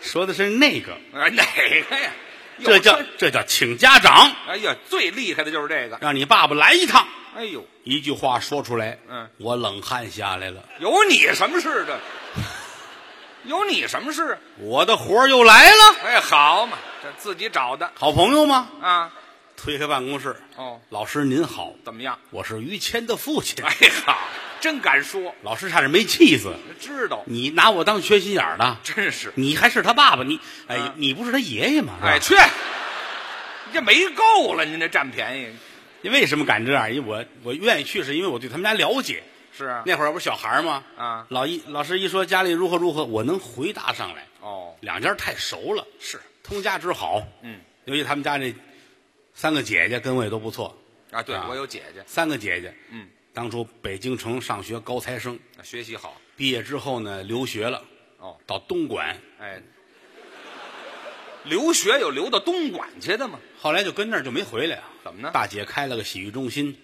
[SPEAKER 2] 说的是那个，
[SPEAKER 3] 哎，哪个呀？有
[SPEAKER 2] 这叫
[SPEAKER 3] 穿
[SPEAKER 2] 这叫请家长，
[SPEAKER 3] 哎呀，最厉害的就是这个。
[SPEAKER 2] 让你爸爸来一趟。
[SPEAKER 3] 哎呦，
[SPEAKER 2] 一句话说出来，
[SPEAKER 3] 嗯，
[SPEAKER 2] 我冷汗下来了，
[SPEAKER 3] 有你什么事这？有你什么事？
[SPEAKER 2] 我的活儿又来了。
[SPEAKER 3] 哎，好嘛，这自己找的
[SPEAKER 2] 好朋友吗？
[SPEAKER 3] 啊，
[SPEAKER 2] 推开办公室，
[SPEAKER 3] 哦，
[SPEAKER 2] 老师您好，
[SPEAKER 3] 怎么样？
[SPEAKER 2] 我是于谦的父亲。
[SPEAKER 3] 哎呀，真敢说，
[SPEAKER 2] 老师差点没气死，
[SPEAKER 3] 知道，
[SPEAKER 2] 你拿我当缺心眼儿的，
[SPEAKER 3] 真是。
[SPEAKER 2] 你还是他爸爸，你哎，
[SPEAKER 3] 啊
[SPEAKER 2] 你不是他爷爷吗？是吧
[SPEAKER 3] 哎，去，你这没够了，您这占便宜
[SPEAKER 2] 您为什么敢这样？因为我我愿意去，是因为我对他们家了解。
[SPEAKER 3] 是啊？
[SPEAKER 2] 那会儿不是小孩儿吗？
[SPEAKER 3] 啊
[SPEAKER 2] 老一老师一说家里如何如何，我能回答上来。
[SPEAKER 3] 哦，
[SPEAKER 2] 两家太熟了，
[SPEAKER 3] 是
[SPEAKER 2] 通家之好。
[SPEAKER 3] 嗯，
[SPEAKER 2] 尤其他们家这三个姐姐跟我也都不错，
[SPEAKER 3] 啊，对
[SPEAKER 2] 啊
[SPEAKER 3] 我有姐姐，
[SPEAKER 2] 三个姐姐。
[SPEAKER 3] 嗯，
[SPEAKER 2] 当初北京城上学高材生，
[SPEAKER 3] 学习好。
[SPEAKER 2] 毕业之后呢，留学了，
[SPEAKER 3] 哦，
[SPEAKER 2] 到东莞，
[SPEAKER 3] 哎，留学有留到东莞去的吗？
[SPEAKER 2] 后来就跟那儿就没回来啊。
[SPEAKER 3] 怎么呢
[SPEAKER 2] 大姐开了个洗浴中心，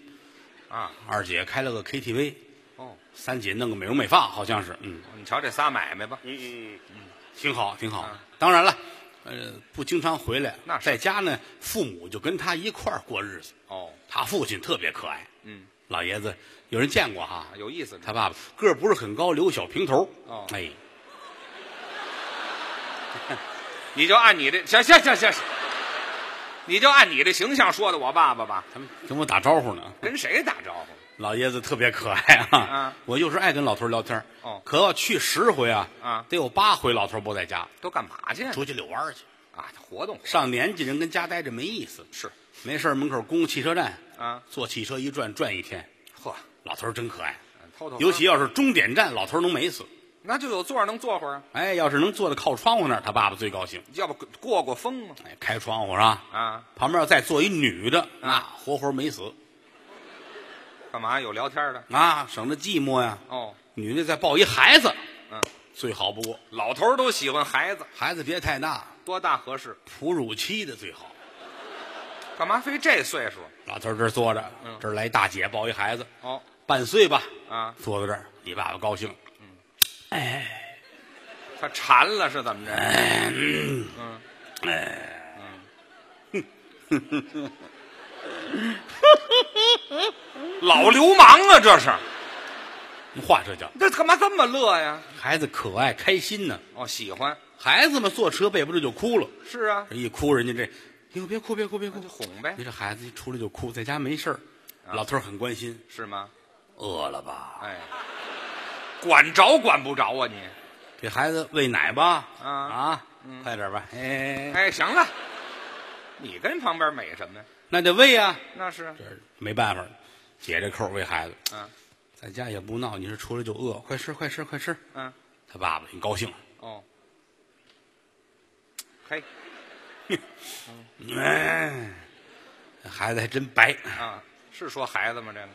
[SPEAKER 3] 啊，
[SPEAKER 2] 二姐开了个 KTV，
[SPEAKER 3] 哦，
[SPEAKER 2] 三姐弄个美容美发，好像是，嗯
[SPEAKER 3] 你瞧这仨买卖吧，
[SPEAKER 2] 嗯嗯，挺好挺好
[SPEAKER 3] 啊。
[SPEAKER 2] 当然了，呃，不经常回来，
[SPEAKER 3] 那是
[SPEAKER 2] 在家呢，父母就跟他一块儿过日子。
[SPEAKER 3] 哦，
[SPEAKER 2] 他父亲特别可爱，
[SPEAKER 3] 嗯，
[SPEAKER 2] 老爷子有人见过哈，
[SPEAKER 3] 啊有意思，
[SPEAKER 2] 他爸爸个儿不是很高，留个小平头，
[SPEAKER 3] 哦
[SPEAKER 2] 哎，
[SPEAKER 3] 你就按你这，行行行行，行你就按你这形象说的我爸爸吧，
[SPEAKER 2] 他们跟我打招呼呢。
[SPEAKER 3] 跟谁打招呼？
[SPEAKER 2] 老爷子特别可爱啊，
[SPEAKER 3] 啊
[SPEAKER 2] 我就是爱跟老头儿聊天儿
[SPEAKER 3] 哦
[SPEAKER 2] 可要去十回啊，
[SPEAKER 3] 啊
[SPEAKER 2] 得有八回老头儿不在家，
[SPEAKER 3] 都干嘛去
[SPEAKER 2] 出去遛弯儿去。
[SPEAKER 3] 啊？活动
[SPEAKER 2] 上年纪人跟家待着没意思，
[SPEAKER 3] 是
[SPEAKER 2] 没事儿门口公共汽车站
[SPEAKER 3] 啊，
[SPEAKER 2] 坐汽车一转转一天，
[SPEAKER 3] 呵，
[SPEAKER 2] 老头儿真可爱。
[SPEAKER 3] 偷偷
[SPEAKER 2] 尤其要是终点站，老头儿能美死。
[SPEAKER 3] 那就有座儿能坐会儿啊，
[SPEAKER 2] 哎，要是能坐在靠窗户那儿，他爸爸最高兴。
[SPEAKER 3] 要不过过风嘛
[SPEAKER 2] 哎，开窗户是吧？
[SPEAKER 3] 啊？
[SPEAKER 2] 旁边要再坐一女的，那活活没死
[SPEAKER 3] 干嘛有聊天的？
[SPEAKER 2] 啊，省得寂寞呀。
[SPEAKER 3] 哦，
[SPEAKER 2] 女的再抱一孩子，
[SPEAKER 3] 嗯，
[SPEAKER 2] 最好不过，
[SPEAKER 3] 老头儿都喜欢孩子，
[SPEAKER 2] 孩子别太大，
[SPEAKER 3] 多大合适？
[SPEAKER 2] 哺乳期的最好。
[SPEAKER 3] 干嘛非这岁数？
[SPEAKER 2] 老头儿这儿坐着，
[SPEAKER 3] 嗯
[SPEAKER 2] 这儿来一大姐抱一孩子，
[SPEAKER 3] 哦，
[SPEAKER 2] 半岁吧，
[SPEAKER 3] 啊，
[SPEAKER 2] 坐在这儿，你爸爸高兴。
[SPEAKER 3] 他馋了是怎么着？嗯老流氓啊，这是，
[SPEAKER 2] 话这叫
[SPEAKER 3] 这干嘛这么乐呀？
[SPEAKER 2] 孩子可爱开心呢。
[SPEAKER 3] 哦，喜欢，
[SPEAKER 2] 孩子们坐车背不住就哭了，
[SPEAKER 3] 是啊，
[SPEAKER 2] 这一哭人家这，哟别哭别哭别哭
[SPEAKER 3] 那就，哄呗
[SPEAKER 2] 你，这孩子一出来就哭，在家没事儿，老头儿很关心，
[SPEAKER 3] 是吗？
[SPEAKER 2] 饿了吧？
[SPEAKER 3] 啊哎，管着管不着啊你？
[SPEAKER 2] 给孩子喂奶吧，
[SPEAKER 3] 啊
[SPEAKER 2] 快点吧，哎，
[SPEAKER 3] 哎，行了，你跟旁边美什么呀？
[SPEAKER 2] 那得喂啊，
[SPEAKER 3] 那是，
[SPEAKER 2] 这儿没办法，解这扣儿喂孩子，
[SPEAKER 3] 嗯
[SPEAKER 2] 在家也不闹，你是出来就饿，快吃快吃快吃，
[SPEAKER 3] 嗯，
[SPEAKER 2] 他爸爸挺高兴，
[SPEAKER 3] 哦，嘿
[SPEAKER 2] 哎，孩子还真白，
[SPEAKER 3] 啊，是说孩子吗？这个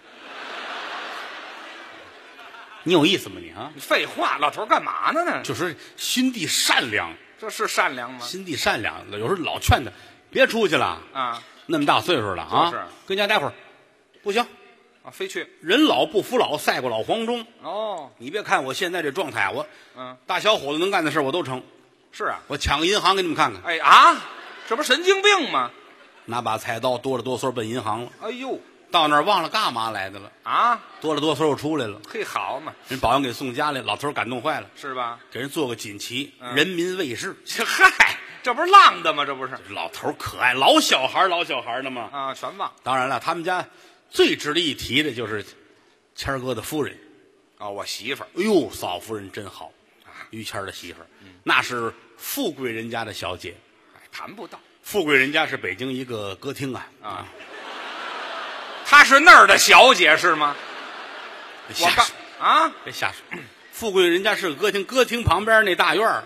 [SPEAKER 2] 你有意思吗你啊？
[SPEAKER 3] 你废话，老头儿干嘛呢呢？
[SPEAKER 2] 就说心地善良，
[SPEAKER 3] 这是善良吗？
[SPEAKER 2] 心地善良，有时候老劝他别出去了，
[SPEAKER 3] 啊
[SPEAKER 2] 那么大岁数了啊，
[SPEAKER 3] 就是
[SPEAKER 2] 跟家待会儿，不行，
[SPEAKER 3] 啊，非去
[SPEAKER 2] 人老不服老，赛过老黄忠。
[SPEAKER 3] 哦，
[SPEAKER 2] 你别看我现在这状态，我
[SPEAKER 3] 嗯，
[SPEAKER 2] 大小伙子能干的事儿我都成，
[SPEAKER 3] 是啊，
[SPEAKER 2] 我抢个银行给你们看看，
[SPEAKER 3] 哎啊，这不是神经病吗？
[SPEAKER 2] 拿把菜刀哆里哆嗦奔银行了，
[SPEAKER 3] 哎呦
[SPEAKER 2] 到那儿忘了干嘛来的了，
[SPEAKER 3] 啊，
[SPEAKER 2] 哆里哆嗦又出来了，
[SPEAKER 3] 嘿好嘛，
[SPEAKER 2] 人保安给送家里，老头儿感动坏了，
[SPEAKER 3] 是吧？
[SPEAKER 2] 给人做个锦旗，
[SPEAKER 3] 嗯
[SPEAKER 2] 人民卫士。
[SPEAKER 3] 这嗨，这不是浪的吗？这不是
[SPEAKER 2] 老头儿可爱，老小孩儿老小孩儿的嘛。
[SPEAKER 3] 啊，全忘
[SPEAKER 2] 当然了，他们家最值得一提的就是谦儿哥的夫人，
[SPEAKER 3] 啊，我媳妇儿
[SPEAKER 2] 哎呦，嫂夫人真好，于谦儿的媳妇儿，那是富贵人家的小姐。
[SPEAKER 3] 哎谈不到，
[SPEAKER 2] 富贵人家是北京一个歌厅啊
[SPEAKER 3] 啊她是那儿的小姐是吗？
[SPEAKER 2] 别
[SPEAKER 3] 我
[SPEAKER 2] 瞎
[SPEAKER 3] 告
[SPEAKER 2] 说，
[SPEAKER 3] 啊，
[SPEAKER 2] 别瞎说。富贵人家是个歌厅，歌厅旁边那大院儿，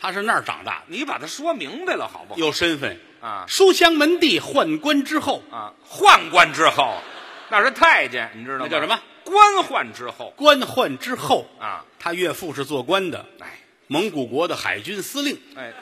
[SPEAKER 2] 他是那儿长大的，
[SPEAKER 3] 你把它说明白了好不好？
[SPEAKER 2] 有身份
[SPEAKER 3] 哦啊
[SPEAKER 2] 书香门第，宦官之后，
[SPEAKER 3] 啊，宦官之后，那是太监，你知道吗？
[SPEAKER 2] 那叫什么？
[SPEAKER 3] 官宦之后
[SPEAKER 2] 官宦之后，
[SPEAKER 3] 啊，
[SPEAKER 2] 他岳父是做官的，
[SPEAKER 3] 哎
[SPEAKER 2] 蒙古国的海军司令。
[SPEAKER 3] 哎，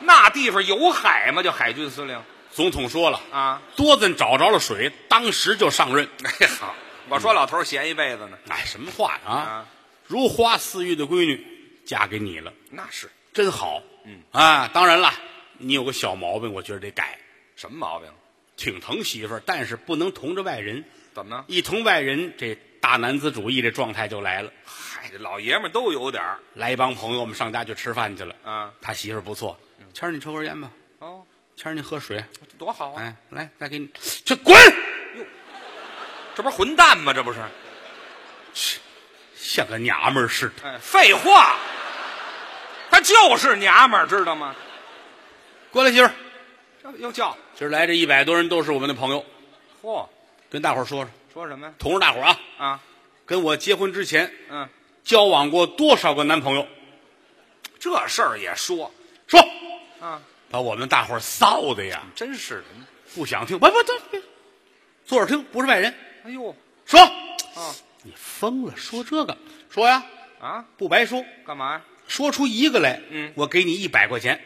[SPEAKER 3] 那地方有海吗？就海军司令
[SPEAKER 2] 总统说了，
[SPEAKER 3] 啊。
[SPEAKER 2] 多咱找着了水，当时就上任。
[SPEAKER 3] 哎好，我说老头儿闲一辈子呢，
[SPEAKER 2] 哎，什么话啊？
[SPEAKER 3] 啊
[SPEAKER 2] 如花似玉的闺女嫁给你了，
[SPEAKER 3] 那是
[SPEAKER 2] 真好。嗯啊，当然了，你有个小毛病，我觉得得改，
[SPEAKER 3] 什么毛病？
[SPEAKER 2] 挺疼媳妇儿，但是不能同着外人。
[SPEAKER 3] 怎么呢？
[SPEAKER 2] 一同外人，这大男子主义这状态就来了。
[SPEAKER 3] 嗨，这老爷们儿都有点儿
[SPEAKER 2] 来一帮朋友，我们上家去吃饭去了。
[SPEAKER 3] 啊。
[SPEAKER 2] 他媳妇儿不错，谦儿，你抽根烟吧。
[SPEAKER 3] 哦，
[SPEAKER 2] 谦儿，您喝水。
[SPEAKER 3] 多好啊！
[SPEAKER 2] 哎，来，再给你，去滚！
[SPEAKER 3] 这不是混蛋吗？这不是？
[SPEAKER 2] 像个娘们儿似的，
[SPEAKER 3] 哎，废话，他就是娘们儿，知道吗？
[SPEAKER 2] 过来，媳妇儿。
[SPEAKER 3] 这又叫
[SPEAKER 2] 今儿来这一百多人都是我们的朋友，
[SPEAKER 3] 嚯，
[SPEAKER 2] 跟大伙儿说说，
[SPEAKER 3] 说什么呀？
[SPEAKER 2] 同着大伙儿啊，
[SPEAKER 3] 啊，
[SPEAKER 2] 跟我结婚之前
[SPEAKER 3] 嗯，
[SPEAKER 2] 交往过多少个男朋友？
[SPEAKER 3] 这事儿也说
[SPEAKER 2] 说，
[SPEAKER 3] 啊，
[SPEAKER 2] 把我们大伙儿臊的呀，
[SPEAKER 3] 真是的。
[SPEAKER 2] 不想听，不不不，坐着听，不是外人。
[SPEAKER 3] 哎呦，
[SPEAKER 2] 说，
[SPEAKER 3] 啊
[SPEAKER 2] 你疯了，说这个，说呀，
[SPEAKER 3] 啊，
[SPEAKER 2] 不白说，
[SPEAKER 3] 干嘛呀？
[SPEAKER 2] 说出一个来，
[SPEAKER 3] 嗯
[SPEAKER 2] 我给你一百块钱，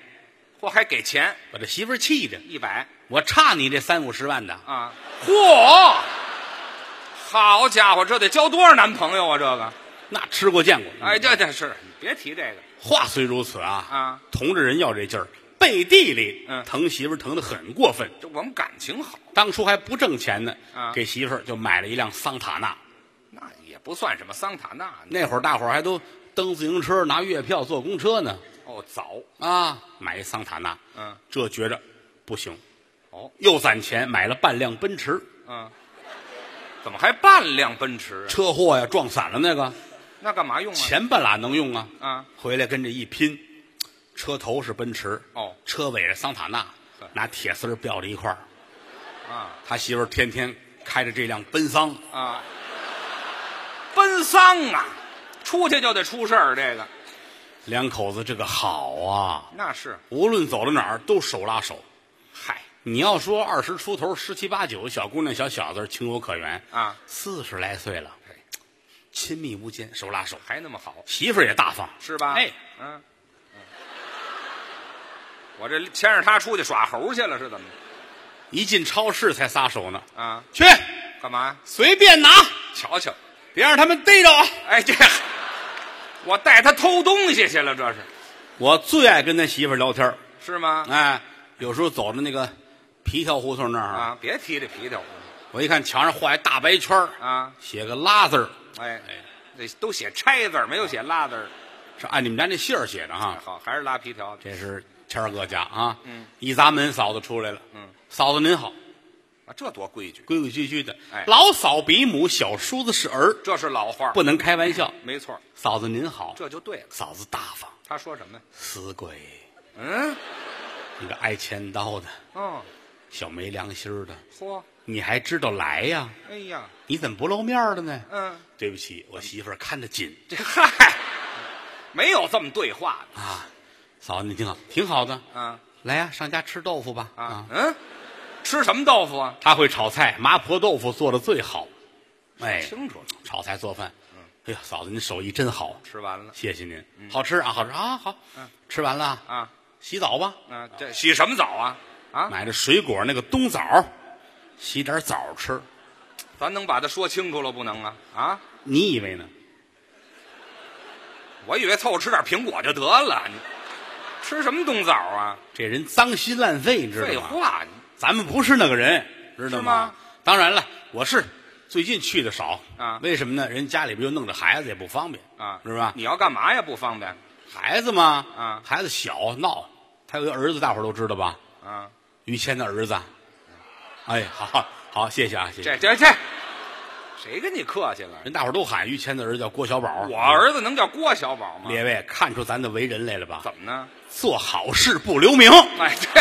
[SPEAKER 3] 嚯，还给钱
[SPEAKER 2] 把这媳妇儿气的，
[SPEAKER 3] 一百
[SPEAKER 2] 我差你这三五十万的，
[SPEAKER 3] 啊？嚯， 好家伙，这得交多少男朋友啊？这个，
[SPEAKER 2] 那吃过见过。
[SPEAKER 3] 哎，这这是你别提这个
[SPEAKER 2] 话虽如此啊，
[SPEAKER 3] 啊，
[SPEAKER 2] 同志人要这劲儿，背地里，
[SPEAKER 3] 嗯
[SPEAKER 2] 疼媳妇儿疼得很过分。
[SPEAKER 3] 这我们感情好，
[SPEAKER 2] 当初还不挣钱呢，
[SPEAKER 3] 啊
[SPEAKER 2] 给媳妇儿就买了一辆桑塔纳。
[SPEAKER 3] 那也不算什么桑塔纳
[SPEAKER 2] 那会儿大伙儿还都蹬自行车、拿月票坐公车呢，
[SPEAKER 3] 哦，早，
[SPEAKER 2] 啊，买一桑塔纳，
[SPEAKER 3] 嗯，
[SPEAKER 2] 这觉着不行，
[SPEAKER 3] 哦，
[SPEAKER 2] 又攒钱买了半辆奔驰。
[SPEAKER 3] 嗯，怎么还半辆奔驰啊？
[SPEAKER 2] 车祸呀，撞散了那个
[SPEAKER 3] 那干嘛用啊？
[SPEAKER 2] 前半拉能用啊，
[SPEAKER 3] 啊，
[SPEAKER 2] 回来跟这一拼，车头是奔驰，
[SPEAKER 3] 哦
[SPEAKER 2] 车尾是桑塔纳
[SPEAKER 3] 呵，
[SPEAKER 2] 拿铁丝儿吊着一块儿。
[SPEAKER 3] 啊
[SPEAKER 2] 他媳妇儿天天开着这辆奔桑，
[SPEAKER 3] 啊，奔丧啊，出去就得出事儿，这个
[SPEAKER 2] 两口子这个好啊，
[SPEAKER 3] 那是，
[SPEAKER 2] 无论走到哪儿都手拉手。
[SPEAKER 3] 嗨，
[SPEAKER 2] 你要说二十出头、十七八九小姑娘、小小子儿情有可原
[SPEAKER 3] 啊，
[SPEAKER 2] 四十来岁了
[SPEAKER 3] 哎，
[SPEAKER 2] 亲密无间，手拉手，
[SPEAKER 3] 还那么好，
[SPEAKER 2] 媳妇儿也大方，
[SPEAKER 3] 是吧？
[SPEAKER 2] 哎，
[SPEAKER 3] 嗯、嗯我这牵着他出去耍猴去了，是怎么的
[SPEAKER 2] 一进超市才撒手呢，
[SPEAKER 3] 啊？
[SPEAKER 2] 去
[SPEAKER 3] 干嘛？
[SPEAKER 2] 随便拿，
[SPEAKER 3] 瞧瞧，
[SPEAKER 2] 别让他们逮着啊！
[SPEAKER 3] 哎，这我带他偷东西去了，这是
[SPEAKER 2] 我最爱跟他媳妇儿聊天儿
[SPEAKER 3] 是吗？
[SPEAKER 2] 哎，有时候走到那个皮条胡同那儿，
[SPEAKER 3] 啊，别提这皮条
[SPEAKER 2] 我一看墙上画一大白圈儿
[SPEAKER 3] 啊！
[SPEAKER 2] 写个拉字儿，
[SPEAKER 3] 哎
[SPEAKER 2] 哎，
[SPEAKER 3] 这都写拆字儿，没有写拉字儿。
[SPEAKER 2] 是按你们家那姓儿写的哈。
[SPEAKER 3] 好，还是拉皮条。
[SPEAKER 2] 这是谦儿哥家啊，
[SPEAKER 3] 啊嗯，
[SPEAKER 2] 一砸门，嫂子出来了，
[SPEAKER 3] 嗯，
[SPEAKER 2] 嫂子您好，
[SPEAKER 3] 啊，这多规矩，
[SPEAKER 2] 规规矩矩的，
[SPEAKER 3] 哎
[SPEAKER 2] 老嫂比母，小叔子是儿，
[SPEAKER 3] 这是老话儿，
[SPEAKER 2] 不能开玩笑。
[SPEAKER 3] 没错儿，
[SPEAKER 2] 嫂子您好，
[SPEAKER 3] 这就对了。
[SPEAKER 2] 嫂子大方，
[SPEAKER 3] 他说什么呀？
[SPEAKER 2] 死鬼，
[SPEAKER 3] 嗯，
[SPEAKER 2] 你个挨千刀的
[SPEAKER 3] 哦，
[SPEAKER 2] 小没良心儿的，
[SPEAKER 3] 嚯，
[SPEAKER 2] 你还知道来呀？
[SPEAKER 3] 哎呀，
[SPEAKER 2] 你怎么不露面儿了呢？
[SPEAKER 3] 嗯，
[SPEAKER 2] 对不起，我媳妇儿看得紧
[SPEAKER 3] 这嗨，没有这么对话的
[SPEAKER 2] 啊。嫂子你挺好，嗯挺好的，
[SPEAKER 3] 啊
[SPEAKER 2] 来呀，上家吃豆腐吧
[SPEAKER 3] 啊，嗯，吃什么豆腐啊？
[SPEAKER 2] 他会炒菜，麻婆豆腐做的最好。哎，
[SPEAKER 3] 清楚了，
[SPEAKER 2] 炒菜做饭。哎呀，嫂子，您手艺真好，
[SPEAKER 3] 吃完了
[SPEAKER 2] 谢谢您。好吃啊，好吃啊，好。吃完了啊，嗯
[SPEAKER 3] 啊
[SPEAKER 2] 洗澡吧，
[SPEAKER 3] 啊，这洗什么澡啊？啊，
[SPEAKER 2] 买的水果那个冬枣，洗点枣吃。
[SPEAKER 3] 咱能把它说清楚了不能啊？啊，
[SPEAKER 2] 你以为呢？
[SPEAKER 3] 我以为凑合吃点苹果就得了，你吃什么冬枣啊？
[SPEAKER 2] 这人脏心烂肺，你知
[SPEAKER 3] 废
[SPEAKER 2] 道吗？
[SPEAKER 3] 话，
[SPEAKER 2] 咱们不是那个人，知道
[SPEAKER 3] 是吗？
[SPEAKER 2] 当然了，我是最近去的少
[SPEAKER 3] 啊
[SPEAKER 2] 为什么呢？人家里边又弄着孩子，也不方便
[SPEAKER 3] 啊，
[SPEAKER 2] 是吧？
[SPEAKER 3] 你要干嘛呀？不方便
[SPEAKER 2] 孩子嘛，
[SPEAKER 3] 啊
[SPEAKER 2] 孩子小闹，他有一儿子，大伙儿都知道吧？
[SPEAKER 3] 啊？
[SPEAKER 2] 于谦的儿子。哎，好好，谢谢啊，谢
[SPEAKER 3] 这
[SPEAKER 2] 谢。
[SPEAKER 3] 这这，谁跟你客气了？
[SPEAKER 2] 人大伙儿都喊于谦的儿子叫郭小宝，
[SPEAKER 3] 我儿子能叫郭小宝吗？
[SPEAKER 2] 列位看出咱的为人来了吧？
[SPEAKER 3] 怎么呢？
[SPEAKER 2] 做好事不留名，
[SPEAKER 3] 哎，这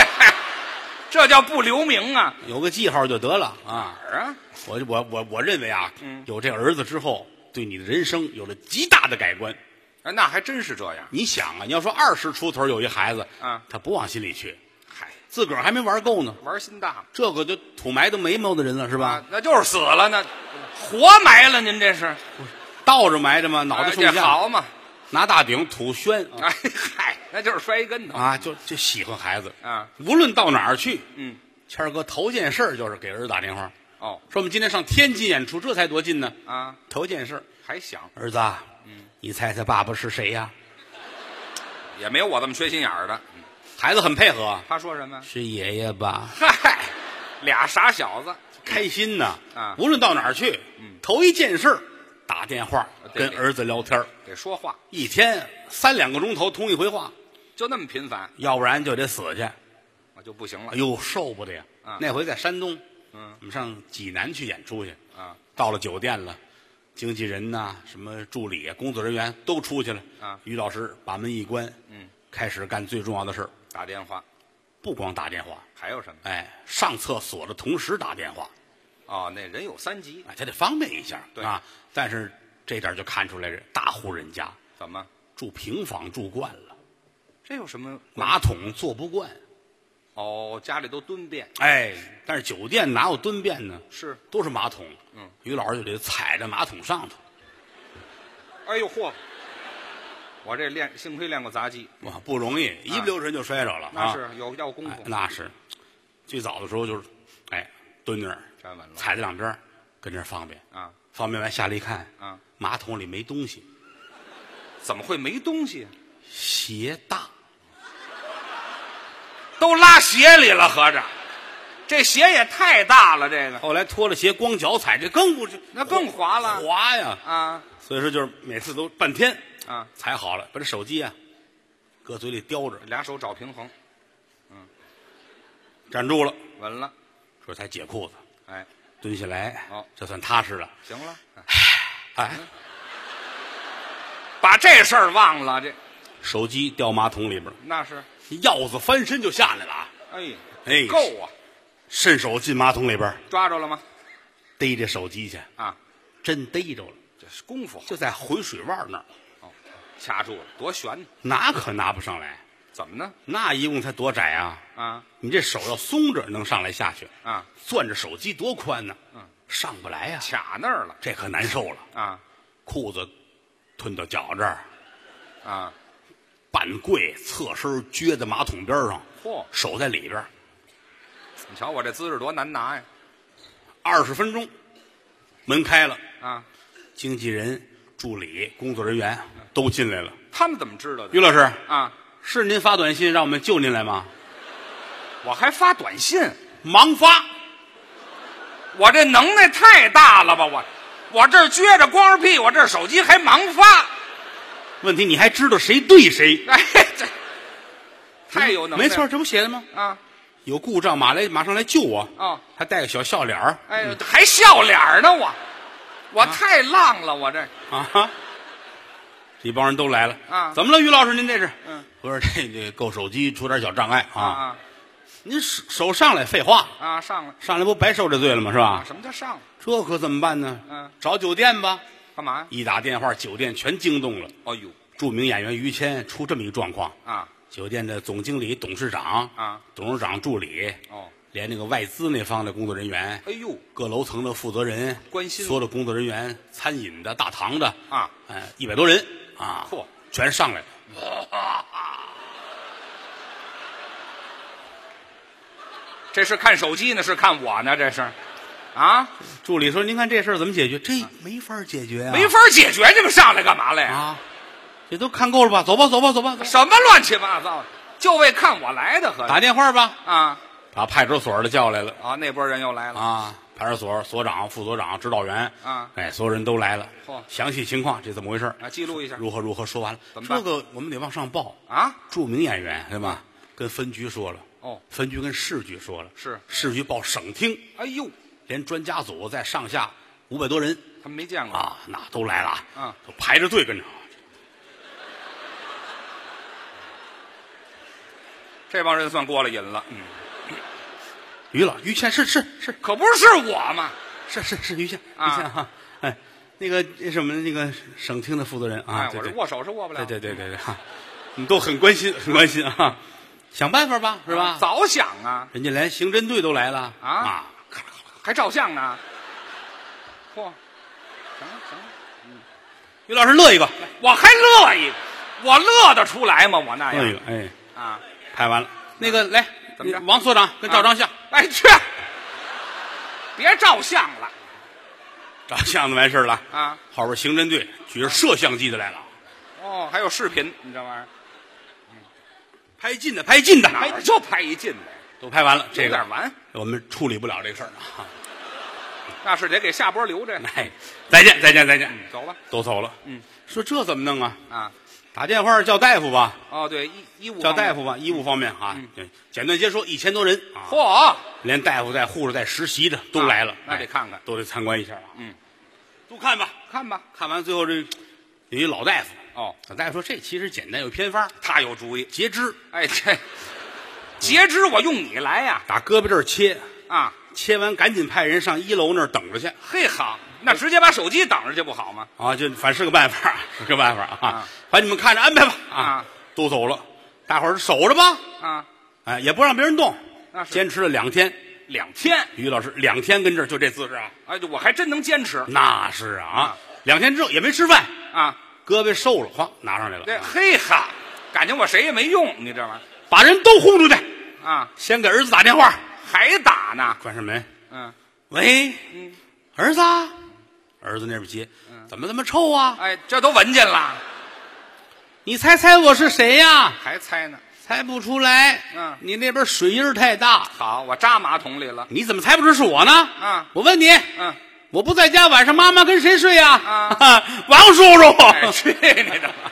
[SPEAKER 3] 这叫不留名啊！
[SPEAKER 2] 有个记号就得了
[SPEAKER 3] 哪
[SPEAKER 2] 啊！
[SPEAKER 3] 儿啊？
[SPEAKER 2] 我我我我认为啊
[SPEAKER 3] 嗯，
[SPEAKER 2] 有这儿子之后，对你的人生有了极大的改观。
[SPEAKER 3] 哎，那还真是这样。
[SPEAKER 2] 你想啊，你要说二十出头有一孩子，
[SPEAKER 3] 啊
[SPEAKER 2] 他不往心里去，
[SPEAKER 3] 嗨，
[SPEAKER 2] 自个儿还没玩够呢，
[SPEAKER 3] 玩心大嘛
[SPEAKER 2] 这个就土埋都眉毛的人了是吧
[SPEAKER 3] 啊？，那就是死了，那活埋了。您这是
[SPEAKER 2] 倒着埋着嘛，脑袋
[SPEAKER 3] 哎
[SPEAKER 2] 冲下，
[SPEAKER 3] 这好嘛？
[SPEAKER 2] 拿大顶土宣啊
[SPEAKER 3] 哎嗨，那就是摔一跟头。
[SPEAKER 2] 啊，就就喜欢孩子
[SPEAKER 3] 啊，
[SPEAKER 2] 无论到哪儿去，
[SPEAKER 3] 嗯，
[SPEAKER 2] 谦儿哥头件事儿就是给儿子打电话，
[SPEAKER 3] 哦
[SPEAKER 2] 说我们今天上天津演出，这才多近呢。
[SPEAKER 3] 啊，嗯
[SPEAKER 2] 头件事儿，
[SPEAKER 3] 还想
[SPEAKER 2] 儿子啊，你猜猜爸爸是谁呀、
[SPEAKER 3] 也没有我这么缺心眼儿的。
[SPEAKER 2] 孩子很配合，啊
[SPEAKER 3] 他说什么？
[SPEAKER 2] 是爷爷吧？
[SPEAKER 3] 嗨，俩傻小子，
[SPEAKER 2] 开心呐！
[SPEAKER 3] 啊嗯
[SPEAKER 2] 无论到哪儿去，头一件事儿打电话
[SPEAKER 3] 啊对
[SPEAKER 2] 跟儿子聊天儿，
[SPEAKER 3] 得说话，
[SPEAKER 2] 一天三两个钟头通一回话，
[SPEAKER 3] 就那么频繁
[SPEAKER 2] 要不然就得死去。
[SPEAKER 3] 我就不行了
[SPEAKER 2] 哎。呦，受不得呀！
[SPEAKER 3] 啊
[SPEAKER 2] 那回在山东，
[SPEAKER 3] 嗯
[SPEAKER 2] 我们上济南去演出去，
[SPEAKER 3] 啊，
[SPEAKER 2] 到了酒店了，经纪人呐、什么助理啊、工作人员都出去了。
[SPEAKER 3] 啊
[SPEAKER 2] 于老师把门一关，
[SPEAKER 3] 嗯，
[SPEAKER 2] 开始干最重要的事儿，
[SPEAKER 3] 打电话
[SPEAKER 2] 不光打电话，
[SPEAKER 3] 还有什么？
[SPEAKER 2] 哎，上厕所的同时打电话，
[SPEAKER 3] 哦，那人有三急，
[SPEAKER 2] 哎，他得方便一下，
[SPEAKER 3] 对
[SPEAKER 2] 啊。但是这点就看出来，大户人家
[SPEAKER 3] 怎么？
[SPEAKER 2] 住平房住惯了，
[SPEAKER 3] 这有什么？
[SPEAKER 2] 马桶坐不惯，
[SPEAKER 3] 哦，家里都蹲便
[SPEAKER 2] 哎，但是酒店哪有蹲便呢？
[SPEAKER 3] 是。
[SPEAKER 2] 都是马桶，
[SPEAKER 3] 嗯，
[SPEAKER 2] 于老师就得踩在马桶上头。
[SPEAKER 3] 哎呦嚯！我这练，幸亏练过杂技，
[SPEAKER 2] 哇，不容易，一不留神就摔着了。
[SPEAKER 3] 那
[SPEAKER 2] 啊
[SPEAKER 3] 是有要功
[SPEAKER 2] 哎
[SPEAKER 3] 夫，
[SPEAKER 2] 啊那是。最早的时候就是，哎，蹲那儿，
[SPEAKER 3] 站稳了
[SPEAKER 2] 踩在两边儿，跟这儿方便。
[SPEAKER 3] 啊
[SPEAKER 2] 方便完下来一看，
[SPEAKER 3] 啊！
[SPEAKER 2] 马桶里没东西，
[SPEAKER 3] 怎么会没东西？啊
[SPEAKER 2] 鞋大。
[SPEAKER 3] 都拉鞋里了，合着这鞋也太大了，这个
[SPEAKER 2] 后来脱了鞋，光脚踩，这更不是
[SPEAKER 3] 那更滑了
[SPEAKER 2] 滑呀！
[SPEAKER 3] 啊
[SPEAKER 2] 所以说就是每次都半天
[SPEAKER 3] 啊！
[SPEAKER 2] 踩好了，把这手机啊搁嘴里叼着，
[SPEAKER 3] 俩手找平衡，
[SPEAKER 2] 站住了，
[SPEAKER 3] 稳了，
[SPEAKER 2] 这才解裤子，
[SPEAKER 3] 哎，
[SPEAKER 2] 蹲下来，
[SPEAKER 3] 哦
[SPEAKER 2] 这算踏实了。
[SPEAKER 3] 行了，哎
[SPEAKER 2] 哎，
[SPEAKER 3] 把这事儿忘了，这
[SPEAKER 2] 手机掉马桶里边儿，
[SPEAKER 3] 那是
[SPEAKER 2] 鹞子翻身就下来了啊！
[SPEAKER 3] 哎
[SPEAKER 2] 哎，
[SPEAKER 3] 够啊！
[SPEAKER 2] 伸手进马桶里边儿
[SPEAKER 3] 抓着了吗？
[SPEAKER 2] 逮这手机去，
[SPEAKER 3] 啊，
[SPEAKER 2] 真逮着了，
[SPEAKER 3] 这是功夫好，
[SPEAKER 2] 就在回水腕儿那儿，
[SPEAKER 3] 哦掐住了，多悬呢！
[SPEAKER 2] 拿可拿不上来，
[SPEAKER 3] 怎么呢？
[SPEAKER 2] 那一共才多窄啊！
[SPEAKER 3] 啊
[SPEAKER 2] 你这手要松着能上来下去，
[SPEAKER 3] 啊，
[SPEAKER 2] 攥着手机多宽呢、
[SPEAKER 3] 嗯
[SPEAKER 2] 上不来呀、
[SPEAKER 3] 卡那儿了
[SPEAKER 2] 这可难受了。
[SPEAKER 3] 啊
[SPEAKER 2] 裤子吞到脚这儿，
[SPEAKER 3] 啊！
[SPEAKER 2] 半跪侧身撅在马桶边上，
[SPEAKER 3] 嚯，
[SPEAKER 2] 手在里边儿，
[SPEAKER 3] 你瞧我这姿势多难拿呀！
[SPEAKER 2] 二十分钟，门开了，
[SPEAKER 3] 啊，
[SPEAKER 2] 经纪人、助理、工作人员都进来了。
[SPEAKER 3] 他们怎么知道的？
[SPEAKER 2] 于老师，
[SPEAKER 3] 啊，
[SPEAKER 2] 是您发短信让我们救您来吗？
[SPEAKER 3] 我还发短信，
[SPEAKER 2] 忙发，
[SPEAKER 3] 我这能耐太大了吧？我，我这儿撅着光着屁，我这手机还盲发，
[SPEAKER 2] 问题你还知道谁对谁？
[SPEAKER 3] 哎，这太有能耐
[SPEAKER 2] 没
[SPEAKER 3] 了，
[SPEAKER 2] 错，这不写的吗？
[SPEAKER 3] 啊！
[SPEAKER 2] 有故障，马来马上来救我。
[SPEAKER 3] 哦
[SPEAKER 2] 还带个小笑脸儿
[SPEAKER 3] 哎呦，还笑脸儿呢我，我太浪了，我这
[SPEAKER 2] 啊哈！这帮人都来了
[SPEAKER 3] 啊
[SPEAKER 2] 怎么了，于老师？您这是？
[SPEAKER 3] 嗯，
[SPEAKER 2] 不是这这够手机出点小障碍啊。
[SPEAKER 3] 啊
[SPEAKER 2] 您手手上来，废话，
[SPEAKER 3] 啊啊上了
[SPEAKER 2] 上来不白受这罪了吗？是
[SPEAKER 3] 啊！
[SPEAKER 2] 吧？
[SPEAKER 3] 什么叫上了？
[SPEAKER 2] 这可怎么办呢？
[SPEAKER 3] 嗯，
[SPEAKER 2] 找酒店吧。
[SPEAKER 3] 干嘛呀？
[SPEAKER 2] 一打电话，酒店全惊动了。
[SPEAKER 3] 哦呦
[SPEAKER 2] 著名演员于谦出这么一状况，
[SPEAKER 3] 啊
[SPEAKER 2] 酒店的总经理、董事长
[SPEAKER 3] 啊，
[SPEAKER 2] 董事长助理，
[SPEAKER 3] 哦，
[SPEAKER 2] 连那个外资那方的工作人员，
[SPEAKER 3] 哎呦
[SPEAKER 2] 各楼层的负责人，
[SPEAKER 3] 关心
[SPEAKER 2] 所有的工作人员、餐饮的、大堂的，
[SPEAKER 3] 啊！
[SPEAKER 2] 哎，一百多人啊，
[SPEAKER 3] 嚯，
[SPEAKER 2] 全上来了。
[SPEAKER 3] 这是看手机呢，是看我呢？这是，啊，
[SPEAKER 2] 助理说：“您看这事儿怎么解决？这没法解决啊，
[SPEAKER 3] 没法解决，你们上来干嘛来呀？
[SPEAKER 2] 啊，这都看够了吧？走吧，走吧，走吧，走吧
[SPEAKER 3] 什么乱七八糟的，就为看我来的，合着
[SPEAKER 2] 打电话吧。
[SPEAKER 3] 啊”
[SPEAKER 2] 把派出所的叫来了
[SPEAKER 3] 啊！那波人又来了，
[SPEAKER 2] 啊，派出所所长、副所长、指导员
[SPEAKER 3] 啊
[SPEAKER 2] 哎，所有人都来了
[SPEAKER 3] 嚯。
[SPEAKER 2] 详细情况这怎么回事？
[SPEAKER 3] 啊，记录一下
[SPEAKER 2] 如何如何？说完了，
[SPEAKER 3] 怎么办
[SPEAKER 2] 这个我们得往上报。
[SPEAKER 3] 啊！
[SPEAKER 2] 著名演员对吧？跟分局说了，
[SPEAKER 3] 哦，
[SPEAKER 2] 分局跟市局说了，
[SPEAKER 3] 是
[SPEAKER 2] 市局报省厅，
[SPEAKER 3] 哎呦，
[SPEAKER 2] 连专家组在上下五百多人
[SPEAKER 3] 他们没见过
[SPEAKER 2] 啊，那都来了
[SPEAKER 3] 啊，
[SPEAKER 2] 都排着队跟着。
[SPEAKER 3] 这帮人算过了瘾了，嗯，
[SPEAKER 2] 于老于谦是是是
[SPEAKER 3] 可不是我嘛，
[SPEAKER 2] 是是是于谦，于
[SPEAKER 3] 啊
[SPEAKER 2] 谦哈，哎，那个那什么那个省厅的负责人啊，
[SPEAKER 3] 哎，
[SPEAKER 2] 对
[SPEAKER 3] 我这
[SPEAKER 2] 对
[SPEAKER 3] 握手是握不了，
[SPEAKER 2] 对对对对对，哈你都很关心很关心啊，想办法吧，是吧？
[SPEAKER 3] 啊早想啊，
[SPEAKER 2] 人家连刑侦队都来了
[SPEAKER 3] 啊
[SPEAKER 2] 咔咔咔
[SPEAKER 3] 还照相呢，嚯，行了行了，
[SPEAKER 2] 于老师乐一个，
[SPEAKER 3] 我还乐一个，我乐得出来吗？我那
[SPEAKER 2] 乐一
[SPEAKER 3] 样
[SPEAKER 2] 个，哎，
[SPEAKER 3] 啊，
[SPEAKER 2] 拍完了，那个来，
[SPEAKER 3] 怎么着
[SPEAKER 2] 王所长跟照张相，
[SPEAKER 3] 哎去，别照相了
[SPEAKER 2] 照相就完事儿了。
[SPEAKER 3] 啊！
[SPEAKER 2] 后边刑侦队举着摄像机的来了，
[SPEAKER 3] 哦，还有视频，你这玩意儿。
[SPEAKER 2] 拍近的，拍近的，
[SPEAKER 3] 哪
[SPEAKER 2] 拍
[SPEAKER 3] 儿就拍一进来，
[SPEAKER 2] 哎都拍完了。这
[SPEAKER 3] 有
[SPEAKER 2] 个
[SPEAKER 3] 点完。
[SPEAKER 2] 我们处理不了这个事儿啊。
[SPEAKER 3] 那是得给下波留着呀。
[SPEAKER 2] 哎，再见，再见，再见，
[SPEAKER 3] 走吧，
[SPEAKER 2] 都走了。
[SPEAKER 3] 嗯，
[SPEAKER 2] 说这怎么弄啊？
[SPEAKER 3] 啊，
[SPEAKER 2] 打电话叫大夫吧，
[SPEAKER 3] 哦，对，医医务
[SPEAKER 2] 叫
[SPEAKER 3] 方面嗯
[SPEAKER 2] 大，夫吧，医务方面啊，对，简短截说，一千多人啊，
[SPEAKER 3] 嚯，啊
[SPEAKER 2] 连大夫带护士带实习的都来了，
[SPEAKER 3] 那得
[SPEAKER 2] 哎
[SPEAKER 3] 看看
[SPEAKER 2] 都得参观一下啊。
[SPEAKER 3] 嗯，
[SPEAKER 2] 都看吧，
[SPEAKER 3] 看吧，
[SPEAKER 2] 看完最后这有一老大夫，
[SPEAKER 3] 哦，
[SPEAKER 2] 老啊大夫说这其实简单有偏方，
[SPEAKER 3] 他有主意。
[SPEAKER 2] 截肢，
[SPEAKER 3] 哎，这截肢我用你来呀，
[SPEAKER 2] 打胳膊这儿切，
[SPEAKER 3] 啊，
[SPEAKER 2] 切完赶紧派人上一楼那儿等着去
[SPEAKER 3] 嘿好，那直接把手机挡着去不好吗？
[SPEAKER 2] 啊，就反正是个办法，是个办法啊
[SPEAKER 3] 啊，
[SPEAKER 2] 反正你们看着安排吧啊
[SPEAKER 3] 啊，
[SPEAKER 2] 都走了，大伙儿守着吧，
[SPEAKER 3] 啊，
[SPEAKER 2] 哎，也不让别人动
[SPEAKER 3] 那，是
[SPEAKER 2] 坚持了两天，
[SPEAKER 3] 两天，
[SPEAKER 2] 于老师两天跟这儿就这姿势啊，
[SPEAKER 3] 哎，我还真能坚持
[SPEAKER 2] 那是啊，两天之后也没吃饭，
[SPEAKER 3] 啊。
[SPEAKER 2] 胳膊瘦了，哐拿上来
[SPEAKER 3] 这
[SPEAKER 2] 了，啊
[SPEAKER 3] 嘿哈，感情我谁也没用，你这玩意
[SPEAKER 2] 把人都轰出去，
[SPEAKER 3] 儿啊，
[SPEAKER 2] 先给儿子打电话，
[SPEAKER 3] 还打呢？
[SPEAKER 2] 关上门，
[SPEAKER 3] 嗯，
[SPEAKER 2] 喂，儿子啊，儿子那边接，
[SPEAKER 3] 嗯
[SPEAKER 2] 怎么这么臭啊？
[SPEAKER 3] 哎，这都闻见了，
[SPEAKER 2] 你猜猜我是谁呀、
[SPEAKER 3] 还猜呢？
[SPEAKER 2] 猜不出来，
[SPEAKER 3] 嗯
[SPEAKER 2] 你那边水印儿太大，
[SPEAKER 3] 好，我扎马桶里了。
[SPEAKER 2] 你怎么猜不出是我呢？
[SPEAKER 3] 嗯
[SPEAKER 2] 我问你，
[SPEAKER 3] 嗯，
[SPEAKER 2] 我不在家，晚上妈妈跟谁睡呀、
[SPEAKER 3] 啊
[SPEAKER 2] 王叔叔，
[SPEAKER 3] 哎，去你的吧！